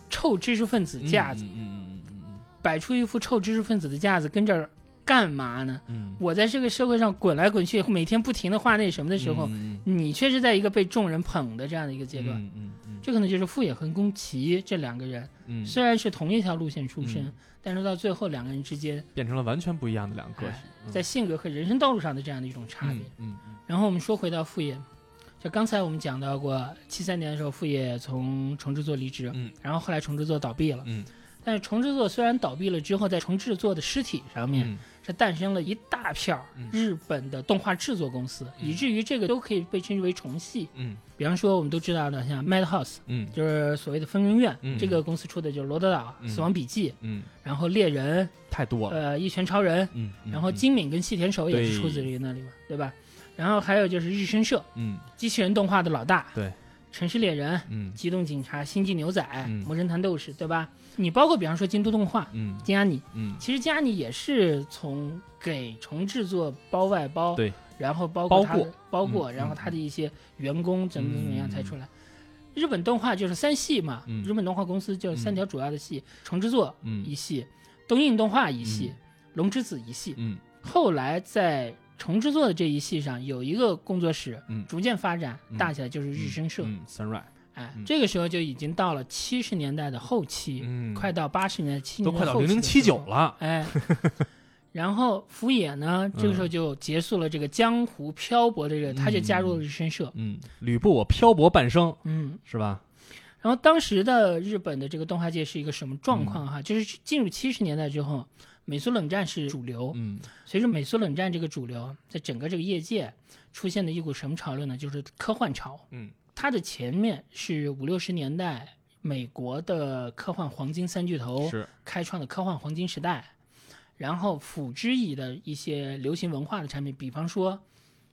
臭知识分子
嗯
架子，
嗯嗯嗯嗯
摆出一副臭知识分子的架子，跟这儿干嘛呢？
嗯嗯
我在这个社会上滚来滚去，每天不停的画那什么的时候，
嗯
你却是在一个被众人捧的这样的一个阶段。
嗯嗯嗯
这可能就是傅野和宫崎这两个人，
嗯，
虽然是同一条路线出身，
嗯
但是到最后两个人之间
变成了完全不一样的两个个体，嗯
在性格和人生道路上的这样的一种哎差别。
嗯
然后我们说回到副业，就刚才我们讲到过，七三年的时候，副业从重制作离职，
嗯
然后后来重制作倒闭了，
嗯
但是重制作虽然倒闭了之后，在重制作的尸体上面，
嗯
是诞生了一大票
嗯
日本的动画制作公司，
嗯
以至于这个都可以被称之为重戏。
嗯
比方说，我们都知道的，像 Madhouse，
嗯
就是所谓的疯人院，
嗯
这个公司出的就是《罗德岛》
嗯
死亡笔记》，
嗯，
然后《猎人》，
太多了，
呃，《一拳超人》，
嗯，
然后
嗯
金敏跟细田守也是
对
出自于那里嘛，对吧？然后还有就是日升社，
嗯
机器人动画的老大，
对
《城市猎人》、
嗯
《机动警察》、《星际牛仔》
嗯
魔神坛斗士》，对吧？你包括比方说京都动画、
嗯
金阿尼，
嗯，
其实金阿尼也是从给重制作包外包，
对，
然后包括他的包
包括
括，
嗯
然后他的一些员工怎么怎么样
嗯
才出来。日本动画就是三系嘛，
嗯
日本动画公司就是三条主要的系：重制作
嗯
一系、东映动画一系、
嗯
龙之子一系。
嗯
后来在重制作的这一系上，有一个工作室，
嗯
逐渐发展
嗯
大起来，就是日升社。
嗯，Sunrise，
哎，
嗯
这个时候就已经到了七十年代的后期，
嗯，
快到八十年代、七
都快到零零七九。了，
哎， <laughs> 然后福野呢，
嗯
这个时候就结束了这个江湖漂泊的这个，他就加入了日升社。
嗯，吕布我漂泊半生
嗯，
是吧？
然后当时的日本的这个动画界是一个什么状况
嗯
哈？就是进入七十年代之后，美苏冷战是主流，
嗯
随着美苏冷战这个主流，在整个这个业界出现的一股什么潮流呢？就是科幻潮。
嗯
它的前面是五六十年代美国的科幻黄金三巨头
是，
开创的科幻黄金时代，然后辅之以的一些流行文化的产品，比方说《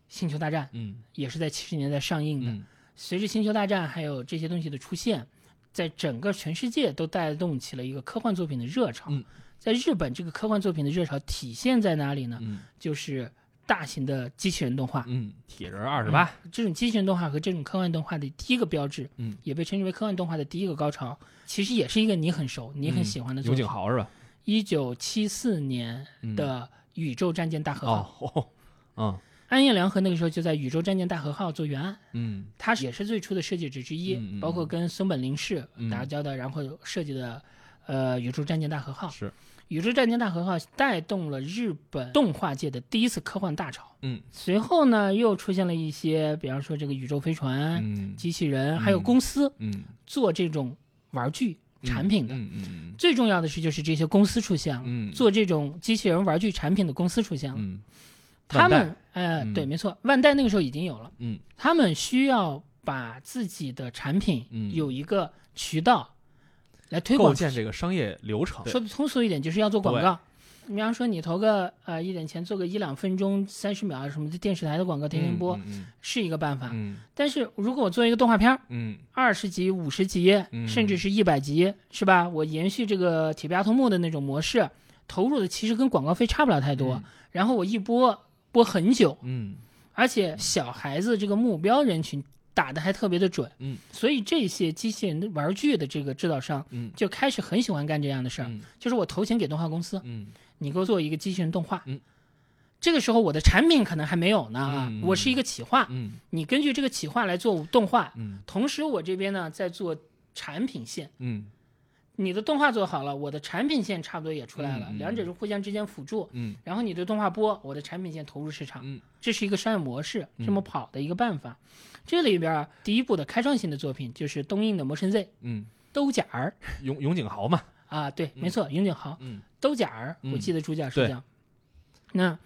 星球大战》
嗯
也是在七十年代上映的。
嗯
随着《星球大战》还有这些东西的出现，在整个全世界都带动起了一个科幻作品的热潮。
嗯
在日本，这个科幻作品的热潮体现在哪里呢？
嗯
就是大型的机器人动画。嗯
嗯，铁人二十八，
这种机器人动画和这种科幻动画的第一个标志，
嗯，
也被称之为科幻动画的第一个高潮，其实也是一个你很熟、你很喜欢的作
牛
品
嗯景。豪是吧？
一九七四年
嗯
的《宇宙战舰大和号》
哦，嗯
安彦良和那个时候就在《宇宙战舰大和号》做原案，
嗯
他也是最初的设计者之一，
嗯嗯嗯
包括跟松本零士
嗯
打交道，然后设计的呃《宇宙战舰大和号》。《
是，
宇宙战舰大和号》带动了日本动画界的第一次科幻大潮。
嗯
随后呢，又出现了一些，比方说这个宇宙飞船、
嗯
机器人，还有公司
嗯，
做这种玩具产品的。
嗯嗯
最重要的是，就是这些公司出现了，
嗯
做这种机器人玩具产品的公司出现了。
嗯
他
万
们，呃，
嗯
对，没错，万代那个时候已经有了，
嗯
他们需要把自己的产品
嗯
有一个渠道来推
构
广。
建这个商业流程，
说的通俗一点，就是要做广告。你比方说，你投个呃一点钱，做个一两分钟、三十秒什么的电视台的广告，天天播、
嗯
是一个办法。
嗯
但是如果我做一个动画片儿，
嗯
二十集、五十集，
嗯
甚至是一百集，是吧？我延续这个铁臂阿童木的那种模式，投入的其实跟广告费差不了太多。
嗯
然后我一播播很久，
嗯
而且小孩子这个目标人群打的还特别的准，
嗯，
所以这些机器人的玩具的这个制造商
嗯
就开始很喜欢干这样的事儿，
嗯
就是我投钱给动画公司，
嗯
你给我做一个机器人动画，
嗯。
这个时候我的产品可能还没有呢啊，
嗯
我是一个企划，
嗯
你根据这个企划来做动画，
嗯
同时我这边呢在做产品线，
嗯
你的动画做好了，我的产品线差不多也出来了，
嗯嗯嗯
两者是互相之间辅助。
嗯
然后你的动画播，我的产品线投入市场，
嗯
这是一个商业模式，
嗯
这么跑的一个办法。这里边儿第一部的开创性的作品就是东映的《魔神 Z》
嗯，
兜甲儿
永永井豪嘛，
啊，对，
嗯
没错，永井豪
嗯
兜甲儿，
嗯
我记得主角是
对
叫。那《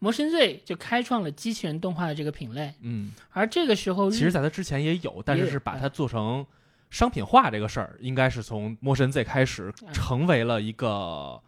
魔神 Z》就开创了机器人动画的这个品类，
嗯，
而这个时候日
其实在他之前也有，但
哦也
是
有啊
是把它做成商品化这个事儿，应该是从《魔神 Z》开始
嗯
成为了一个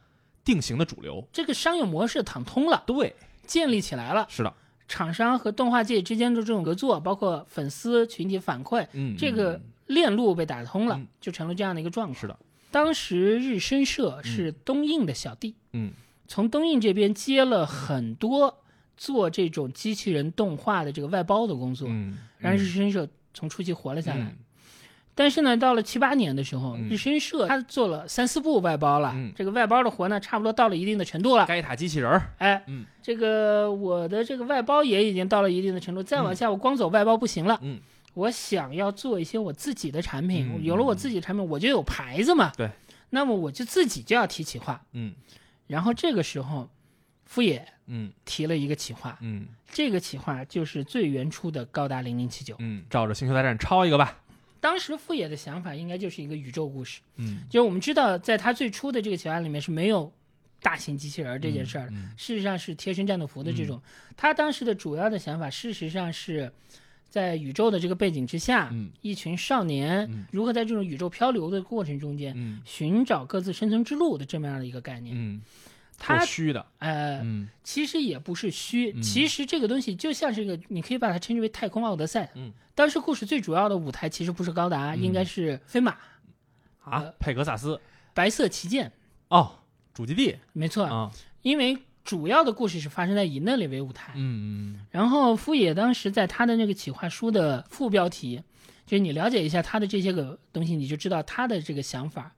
定型的主流。
这个商业模式躺通了，
对，
建立起来了，
是的，
厂商和动画界之间的这种合作，包括粉丝群体反馈，
嗯，
这个
嗯
链路被打通了，
嗯
就成了这样的一个状况。
是的，
当时日升社是东映的小弟，
嗯
从东映这边接了很多做这种机器人动画的这个外包的工作，
嗯，
然后日
嗯
升社从初期活了下来。
嗯
但是呢，到了七八年的时候，
嗯
日升社他做了三四部外包了，
嗯
这个外包的活呢，差不多到了一定的程度了。
盖塔机器人儿，
哎，
嗯
这个我的这个外包也已经到了一定的程度，再往下我光走外包不行了，
嗯
我想要做一些我自己的产品，
嗯
有了我自己的产品，我就有牌子嘛。
对，
那么我就自己就要提企划。
嗯
然后这个时候，富野
嗯
提了一个企划，
嗯
这个企划就是最原初的高达零零七九。
嗯，照着《星球大战》抄一个吧，
当时富野的想法应该就是一个宇宙故事，
嗯，
就是我们知道，在他最初的这个企划里面是没有大型机器人儿这件事儿的，
嗯
事实上是贴身战斗服的这种。他当时的主要的想法，事实上是在宇宙的这个背景之下，
嗯
一群少年
嗯
如何在这种宇宙漂流的过程中间。
嗯
寻找各自生存之路的这么样的一个概念，
嗯，
它
够虚的，
呃
嗯
其实也不是虚，
嗯
其实这个东西就像是一个，你可以把它称之为太空奥德赛。
嗯，
当时故事最主要的舞台其实不是高达，
嗯
应该是飞马、
啊
呃，
佩格萨斯
白色旗舰，
哦，主基地
没错，
啊，
因为主要的故事是发生在以那里为舞台。
嗯嗯
然后富野当时在他的那个企划书的副标题，就是你了解一下他的这些个东西，你就知道他的这个想法。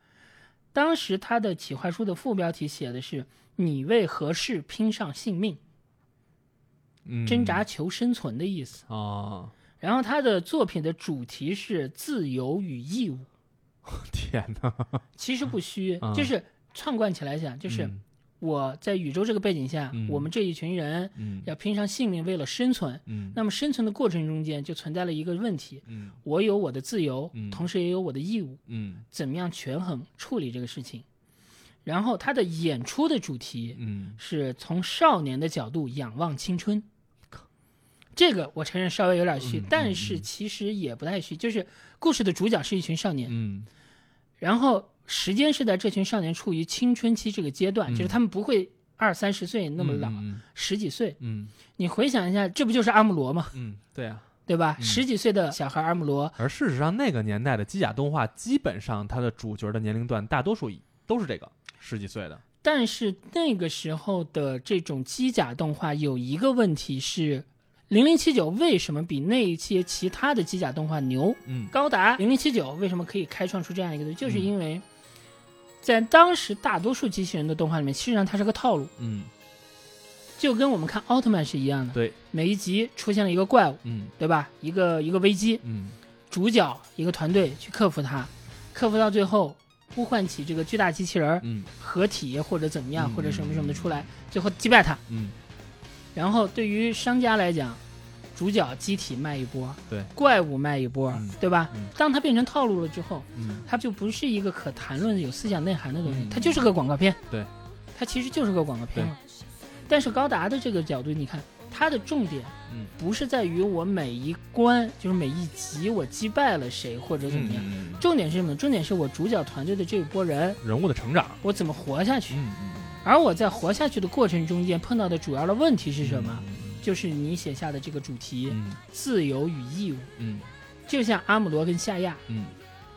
当时他的企划书的副标题写的是“你为何事拼上性命，
嗯，
挣扎求生存”的意思。
啊，
然后他的作品的主题是自由与义务，
天哪，
其实不虚，
啊
就是串贯起来讲，就是
嗯
我在宇宙这个背景下，
嗯
我们这一群人
嗯
要拼上性命，为了生存。
嗯
那么生存的过程中间就存在了一个问题，
嗯
我有我的自由，
嗯
同时也有我的义务，
嗯
怎么样权衡处理这个事情？然后他的演出的主题
嗯
是从少年的角度仰望青春，这个我承认稍微有点虚，
嗯嗯
但是其实也不太虚，就是故事的主角是一群少年，
嗯
然后时间是在这群少年处于青春期这个阶段，
嗯
就是他们不会二三十岁那么老，
嗯
十几岁。
嗯
你回想一下，这不就是阿姆罗吗？
嗯，对啊。
对吧？
嗯
十几岁的小孩阿姆罗，
<laughs> 而事实上，那个年代的机甲动画，基本上它的主角的年龄段大多数都是这个十几岁的，
但是那个时候的这种机甲动画有一个问题是，零零七九为什么比那一些其他的机甲动画牛？
嗯
高达零零七九为什么可以开创出这样一个东西？就是因为在当时大多数机器人的动画里面，其实上它是个套路，
嗯，
就跟我们看奥特曼是一样的。
对，
每一集出现了一个怪物，
嗯
对吧？一个一个危机，
嗯
主角一个团队去克服它，克服到最后呼唤起这个巨大机器人儿
嗯
合体或者怎么样，
嗯
或者什么什么的出来，最后击败它。
嗯
然后对于商家来讲，主角机体卖一波，
对，
怪物卖一波，
嗯
对吧？
嗯
当它变成套路了之后，
嗯
它就不是一个可谈论的有思想内涵的东西，
嗯
它就是个广告片。
对，
它其实就是个广告片了。但是高达的这个角度，你看它的重点
嗯，
不是在于我每一关，就是每一集我击败了谁或者怎么样，
嗯，
重点是什么？重点是我主角团队的这一波人，
人物的成长，
我怎么活下去？
嗯嗯，
而我在活下去的过程中间碰到的主要的问题是
是
什么？？就是你写下的这个主题“
嗯
自由与义务
嗯”，
就像阿姆罗跟夏亚，
嗯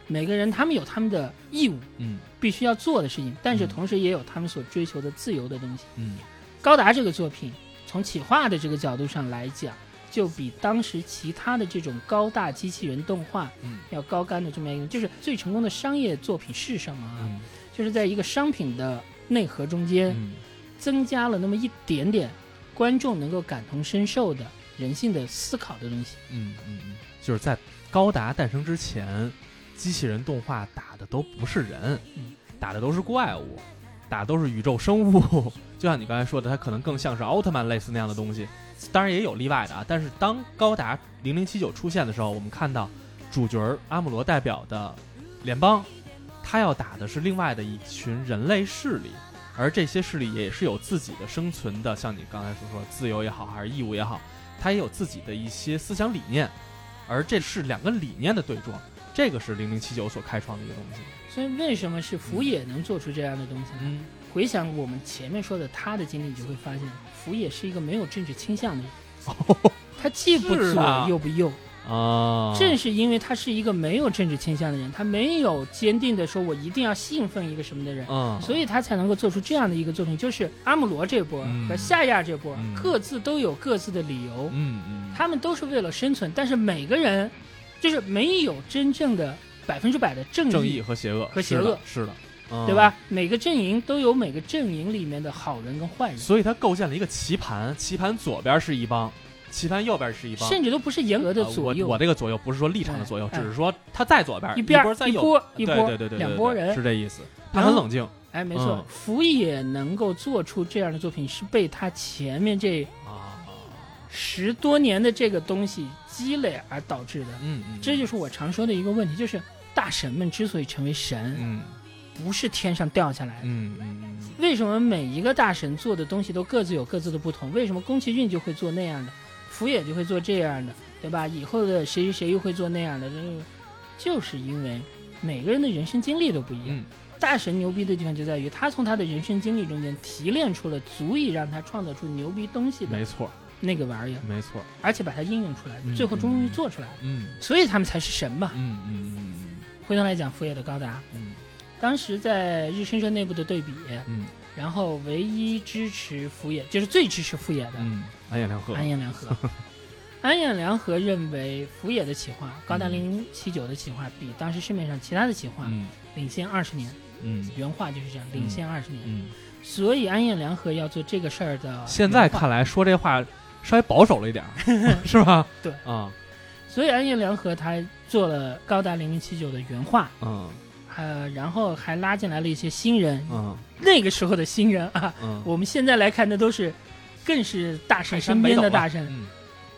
每个人他们有他们的义务，
嗯
必须要做的事情，但是
嗯
同时也有他们所追求的自由的东西。
嗯
高达这个作品，从企划的这个角度上来讲，就比当时其他的这种高大机器人动画
嗯
要高干的这么样一个，就是最成功的商业作品是什么啊？
嗯
就是在一个商品的内核中间，
嗯
增加了那么一点点观众能够感同身受的人性的思考的东西。
嗯嗯嗯，就是在高达诞生之前，机器人动画打的都不是人
嗯，
打的都是怪物，打的都是宇宙生物。 <laughs> 就像你刚才说的，它可能更像是奥特曼类似那样的东西，当然也有例外的啊。但是当高达零零七九出现的时候，我们看到主角儿阿姆罗代表的联邦，他要打的是另外的一群人类势力，而这些势力也是有自己的生存的，像你刚才所说，自由也好，还是义务也好，他也有自己的一些思想理念，而这是两个理念的对撞，这个是零零七九所开创的一个东西。
所以为什么是福野能做出这样的东西呢？
嗯
回想我们前面说的他的经历，你就会发现福野是一个没有政治倾向的人，他既不
哦是
左
啊
又不右。
啊，
正是因为他是一个没有政治倾向的人，他没有坚定的说我一定要信奉一个什么的人，
嗯，
所
以
以他才能够做出这样的一个作品。就是阿姆罗这波
嗯
和夏亚这波
嗯
各自都有各自的理由，
嗯嗯，
他们都是为了生存，但是每个人就是没有真正的百分之百的正
正
义
义，和哦邪恶
和邪恶
是的，是的嗯
对？吧？每个阵营都有每个阵营里面的好人跟坏人。
所以他构建了一个棋盘，棋盘左边是一帮，棋盘右边是一帮。
甚至都不是严格的
呃
左右，
我我这个左右不是说立场的左右，
哎哎
只是说他在左边，
一
边
边儿
波在
一
右
波
边，
一
对
波
对对对对，
两
对
波人
是这意思。他
然后
很冷静
哎，没错
嗯，
福野能够做出这样的作品，是被他前面这
啊，
十多年的这个东西积累而导致的。
嗯嗯，
这就是是我常说的一个问题，就是大神们之所以成为神，
嗯
不是天上掉下来的。
嗯嗯嗯
为什么每一个大神做的东西都各自有各自的不同？为什么宫崎骏就会做那样的，福野就会做这样的，对吧？以后的谁谁谁又会做那样的，就是就是因为每个人的人生经历都不一样。
嗯
大神牛逼的地方就在于，他从他的人生经历中间提炼出了足以让他创造出牛逼东西
嗯，没
的
错
那个玩意儿，
没错，
而且把它应用出来，
嗯
最后终于做出来了，
嗯
所以他们才是神嘛
嗯。嗯嗯
回头来讲福野的高达，
嗯
当时在日升社内部的对比，
嗯
然后唯一支持福野，就是最支持福野的
嗯，安野良和，
安彦良和。
<laughs>
安彦良和认为福野的企划，高达
嗯
零零七九的企划比当时市面上其他的企划
嗯
领先二十年，
嗯
原话就是这样，领先二十年。
嗯，
所以安彦良和要做这个事儿的，
现在，看来说这话稍微保守了一点儿，是吧？
对
啊
所以安彦良和他做了高达零零七九的原画，
嗯
呃，然后还拉进来了一些新人，
嗯
那个时候的新人啊，
嗯，
我们现在来看，那都是更是大神
看
身边的大
山
神，
北斗啊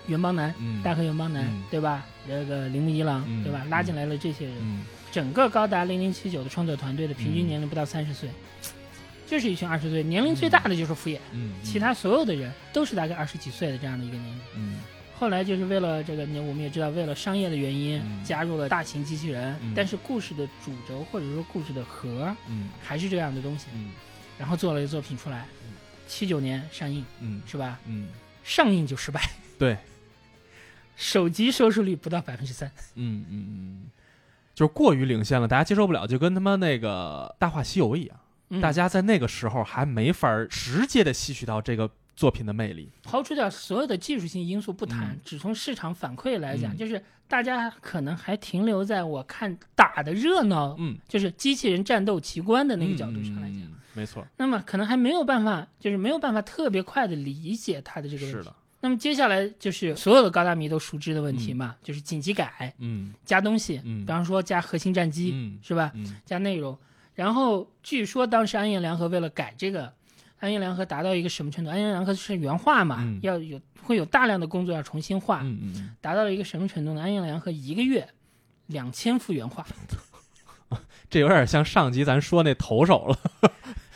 袁邦男、
嗯嗯
大河袁邦男，
嗯
对吧？那个铃木一郎，
嗯
对吧？
嗯
拉进来了这些人，
嗯
整个高达零零七九的创作团队的平均年龄不到三十岁，就是一群二十岁，年龄最大的就是福野，
嗯，嗯
其他所有的人都是大概二十几岁的这样的一个年龄。
嗯
后来就是为了这个，你我们也知道，为了商业的原因，
嗯
加入了大型机器人，
嗯
但是故事的主轴或者说故事的核
嗯
还是这样的东西，
嗯
然后做了一个作品出来
嗯，
七九年上映
嗯
是吧？
嗯
上映就失败，
<laughs> 对，
首集收视率不到百分之三，
嗯嗯嗯，就是过于领先了，大家接受不了，就跟他妈那个《大话西游》一样，
嗯
大家在那个时候还没法儿直接的吸取到这个作品的魅力。
抛出掉所有的技术性因素不谈，
嗯
只从市场反馈来讲，
嗯
就是大家可能还停留在我看打的热闹，
嗯，
就是机器人战斗奇观的那个角度上来讲，
嗯，嗯没错，
那么可能还没有办法，就是没有办法特别快的理解它的这个问题。
是的，
那么接下来就是所有的高达迷都熟知的问题嘛，就是紧急改
嗯
加东西，
嗯
比方说加核心战机，
嗯
是吧？
嗯
加内容。然后据说当时安彦良和为了改这个，安彦良和达到一个什么程度？安彦良和是原画嘛，
嗯
要有会有大量的工作要重新画，
嗯嗯，
达到了一个什么程度呢？安彦良和一个月两千
<laughs>
幅原画，
这有点像上集咱说那投手了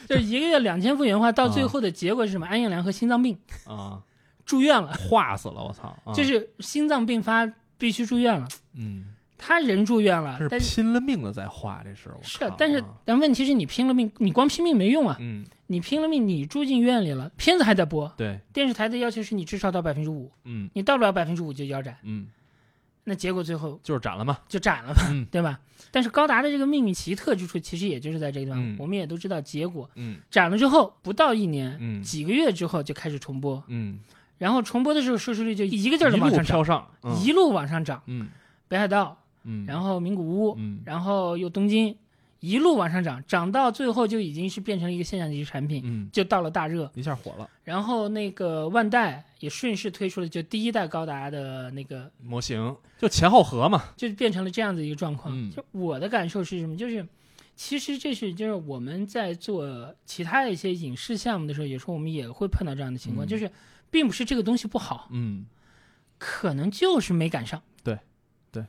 就是一个月两千幅原画，到最后的结果是什么？安彦良和心脏病
啊，
住院了，
<laughs> 画死了，我操！啊
就是心脏病发必须住院了，
嗯，
他人住院了
这，
但
是
是。
拼了命的在画这事儿，我
是
靠，
但是
啊
但问题是你拼了命，你光拼命没用啊！
嗯，
你拼了命，你住进院里了，片子还在播，
对，
电视台的要求是你至少到百分之五，
嗯
你到不了百分之五就腰斩，
嗯，
那结果最后
就是斩了嘛，
就斩了嘛，
嗯
<laughs> 对吧？但是高达的这个命运奇特之处，其实也就是在这个地方。
嗯
我们也都知道，结果
嗯
斩了之后，不到一年，
嗯
几个月之后就开始重播，
嗯，
然后重播的时候收视率就一个劲儿的
一
往
路
上涨，
飘上，嗯
一路往上涨。
嗯
北海道，
嗯，
然
后
后名古屋，
嗯
然后又东京，一路往上涨，涨到最后就已经是变成了一个现象级产品，
嗯，
就到了大热。
一下火了，
然后那个万代也顺势推出了就第一代高达的那个，
模型就前后合嘛，
就变成了这样子一个状况。
嗯
就我的感受是什么？就是其实这是就是我们在做其他一些影视项目的时候，有时候我们也会碰到这样的情况，
嗯
就是并不是这个东西不好，
嗯，
可能就是没赶上。
对，对，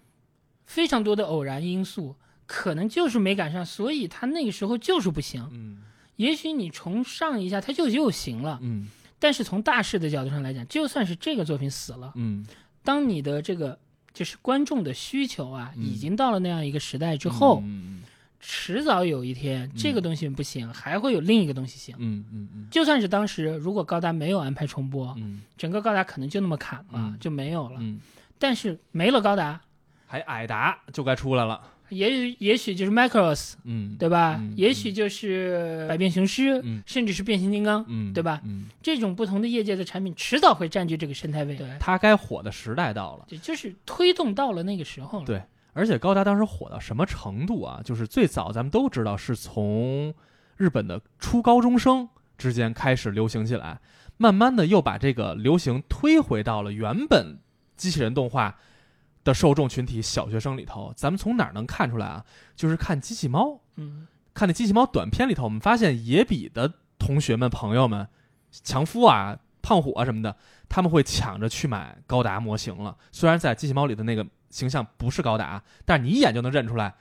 非常多的偶然因素，可能就是没赶上，所以他那个时候就是不行。
嗯
也许你重上一下，他就又行了。
嗯
但是从大势的角度上来讲，就算是这个作品死了，
嗯，
当你的这个就是观众的需求啊，
嗯
已经到了那样一个时代之后，
嗯
迟早有一天
嗯
这个东西不行，还会有另一个东西行。
嗯嗯嗯
就算是当时如果高达没有安排重播，
嗯
整个高达可能就那么砍了，
嗯
就没有了。
嗯，
但是没了高达，
还矮达就该出来了，
也许也许就是 Macross，
嗯，
对吧？
嗯
也许就是百变雄狮，
嗯
甚至是变形金刚、
嗯，
对吧
嗯，
这种不同的业界的产品，迟早会占据这个生态位。对，
它该火的时代到了。
就就是推动到了那个时候了。
对而且高达当时火到什么程度啊？就是最早咱们都知道是从日本的初高中生之间开始流行起来，慢慢的又把这个流行推回到了原本机器人动画的受众群体小学生里头。咱们从哪儿能看出来啊？就是看机器猫，
嗯，
看那机器猫短片里头，我们发现野比的同学们、朋友们，强夫啊、胖虎啊什么的，他们会抢着去买高达模型了。虽然在机器猫里的那个形象不是高达，但是你一眼就能认出来，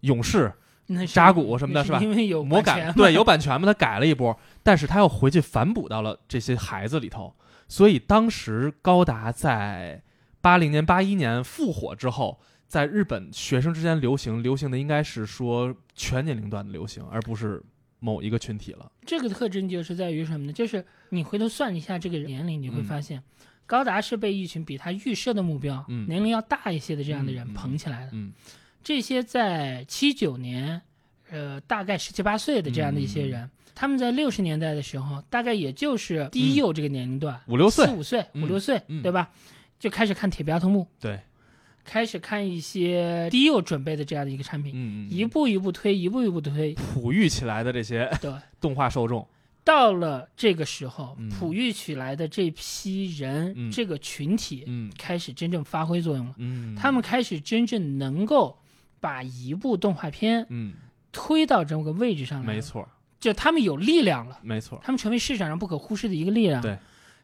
勇士
那是
扎古什么的
那
是吧
因为有
魔
版权
改
<laughs> 嘛
对有版权嘛，他改了一波，但是他又回去反哺到了这些孩子里头。所以当时高达在八零年、八一年复火之后。在日本学生之间流行，流行的应该是说全年龄段的流行，而不是某一个群体了。
这个特征就是在于什么呢？就是你回头算一下这个年龄，你会
嗯
发现，高达是被一群比他预设的目标、
嗯
年龄要大一些的这样的人
嗯嗯
捧起来的。
嗯
这些在七九年，呃，大概十七八岁的这样的一
嗯
些人，他们在六十年代的时候，大概也就是低幼这个年龄段，
五六岁
四五岁、
嗯
五六岁，
嗯
对吧？就开始看《铁臂阿童木》，
对，
开始看一些低幼准备的这样的一个产品，
嗯，
一步一步推，一步一步推，
哺育起来的这些 <laughs>
对。
动画受众，
到了这个时候
嗯，
哺育起来的这批人，
嗯
这个群体
嗯
开始真正发挥作用了。
嗯
他们开始真正能够把一部动画片
嗯，
推到这么个位置上来，
没，错
就他们有力量了，
没错，
他们成为市场上不可忽视的一个力量。
对，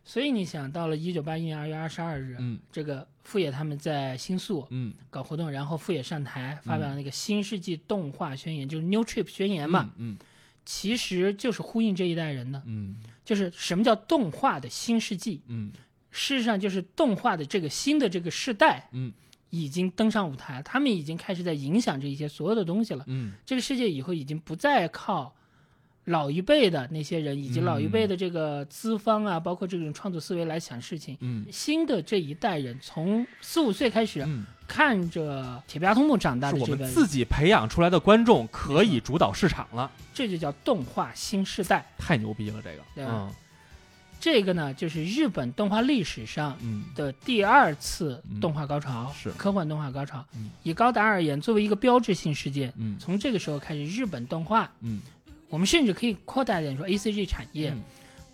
所以你想到了一九八一年二月二十二日，
嗯
这个富野他们在新宿
嗯，
搞活动，然后富野上台发表了那个新世纪动画宣言，就是 New Trip 宣言嘛，
嗯
其实就是呼应这一代人的。
嗯
就是什么叫动画的新世纪？
嗯
事实上，就是动画的这个新的这个世代，
嗯，
已经登上舞台，他们已经开始在影响这一些所有的东西了。
嗯
这个世界以后已经不再靠老一辈的那些人以及
嗯
老一辈的这个资方啊，包括这种创作思维来想事情。
嗯
新的这一代人从四五岁开始
嗯，
看着《铁臂阿童木》长大
是
的
我
这
们
个人，
自己培养出来的观众可以主导市场了，
这就叫动画新世代。
太牛逼了这个，
对
嗯
吧这个呢，就是日本动画历史上
嗯
的第二次
嗯
动画高潮，
是
科幻动画高潮。
嗯
以高达而言，作为一个标志性事件，
嗯
从这个时候开始，日本动画，
嗯
我们甚至可以扩大一点说，A C G 产业
嗯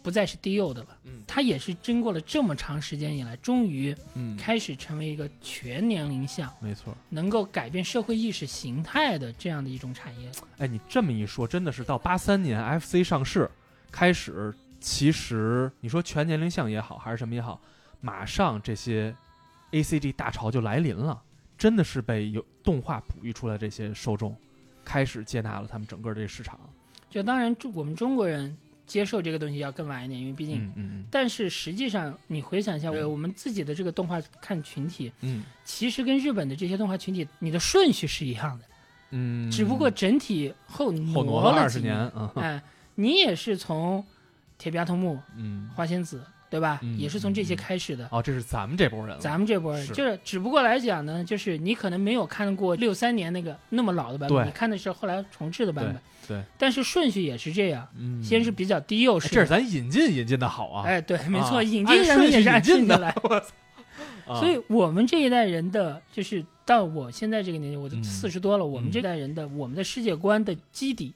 不再是低幼的了。
嗯
它也是经过了这么长时间以来，终于
嗯，
开始成为一个全年龄向、
没错。
能够改变社会意识形态的这样的一种产业。
哎，你这么一说，真的是到八三年 FC 上市开始，其实你说全年龄向也好，还是什么也好，马上这些 ACG 大潮就来临了，真的是被有动画哺育出来这些受众，开始接纳了他们整个这个市场。
就当然，中我们中国人接受这个东西要更晚一点，因为毕竟。
嗯嗯
但是实际上，你回想一下，呃我们自己的这个动画看群体，
嗯
其实跟日本的这些动画群体，你的顺序是一样的，
嗯，
只不过整体后
后
挪
挪了二
几
十年。啊，
哎，你也是从《铁臂阿童木》
嗯，
《花仙子》，对吧？
嗯
也是从这些开始的。
哦，这是咱们这波人了，
咱们这波人
是
就是，只不过来讲呢，就是你可能没有看过六三年那个那么老的版本，
对
你看的是后来重制的版本。
对对
但是顺序也是这样，
嗯，
先是
哎
比较低幼式
这是
的。
咱引进引进的好啊，
哎，对，没错，
啊
引
按
进人们
顺
也
序
是按
引进
顺序
的
来，
啊
所以我们这一代人的就是到我现在这个年纪，我都
嗯
四十多了，我们
嗯
这代人的我们的世界观的基底、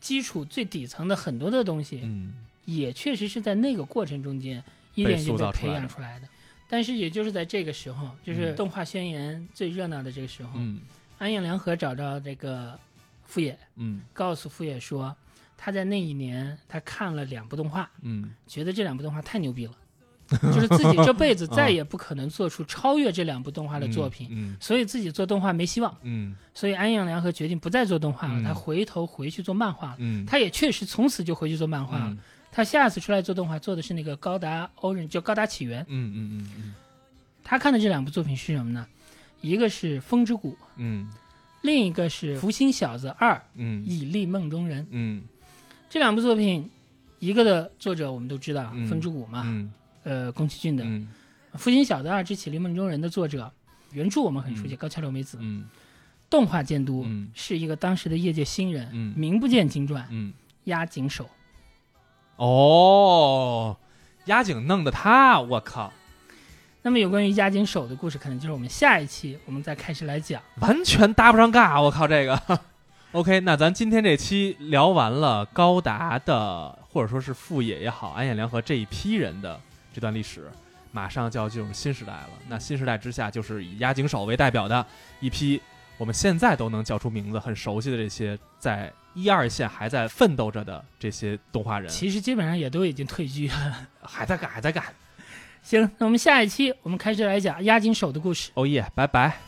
基础最底层的很多的东西，
嗯，
也确实是在那个过程中间一
被
点一点
塑造
被
出
培
来
养
的
出来的。但是也就是在这个时候，就是
嗯
动画宣言最热闹的这个时候，
嗯
安彦良和找到这个富野，
嗯
告诉富野说，他在那一年他看了两部动画，
嗯
觉得这两部动画太牛逼
<laughs>
了，就是自己这辈子再也不可能做出超越这两部动画
他
的作品，
啊嗯
所以自己做动画没希望，
嗯
所以安彦良和决定不再做动画了，
嗯
他回头回去做漫画了。
嗯，
他也确实从此就回去做漫画了。
嗯
他下次出来做动画，做的是那个《高达 Orange》，叫《高达起源》。
嗯嗯嗯
他看的这两部作品是什么呢？一个是《风之谷》，
嗯
另一个是《福星小子二：
嗯
以力梦中人》。
嗯
这两部作品，一个的作者我们都知道，
嗯
风之谷》嘛，
嗯
呃，宫崎骏啊的《
嗯
福星小子二之起立梦中人》的作者，原著我们很熟悉，
嗯
高桥留美子。
嗯
动画监督
嗯
是一个当时的业界新人，
嗯
名不见经传，
嗯，
押井守。
哦，压井弄的他，我靠，
那么有关于押井守的故事，可能就是我们下一期我们再开始来讲。
完全搭不上尬，我靠这个。OK，那咱今天这期聊完了高达的，或者说是富野也好，安彦良和这一批人的这段历史，马上就要进入新时代了。那新时代之下，就是以押井守为代表的一批，我们现在都能叫出名字、很熟悉的这些在一二线还在奋斗着的这些动画人，
其实基本上也都已经退居了。
还在干，还在干。
行，那我们下一期我们开始来讲押井守的故事。
哦欧耶，拜拜。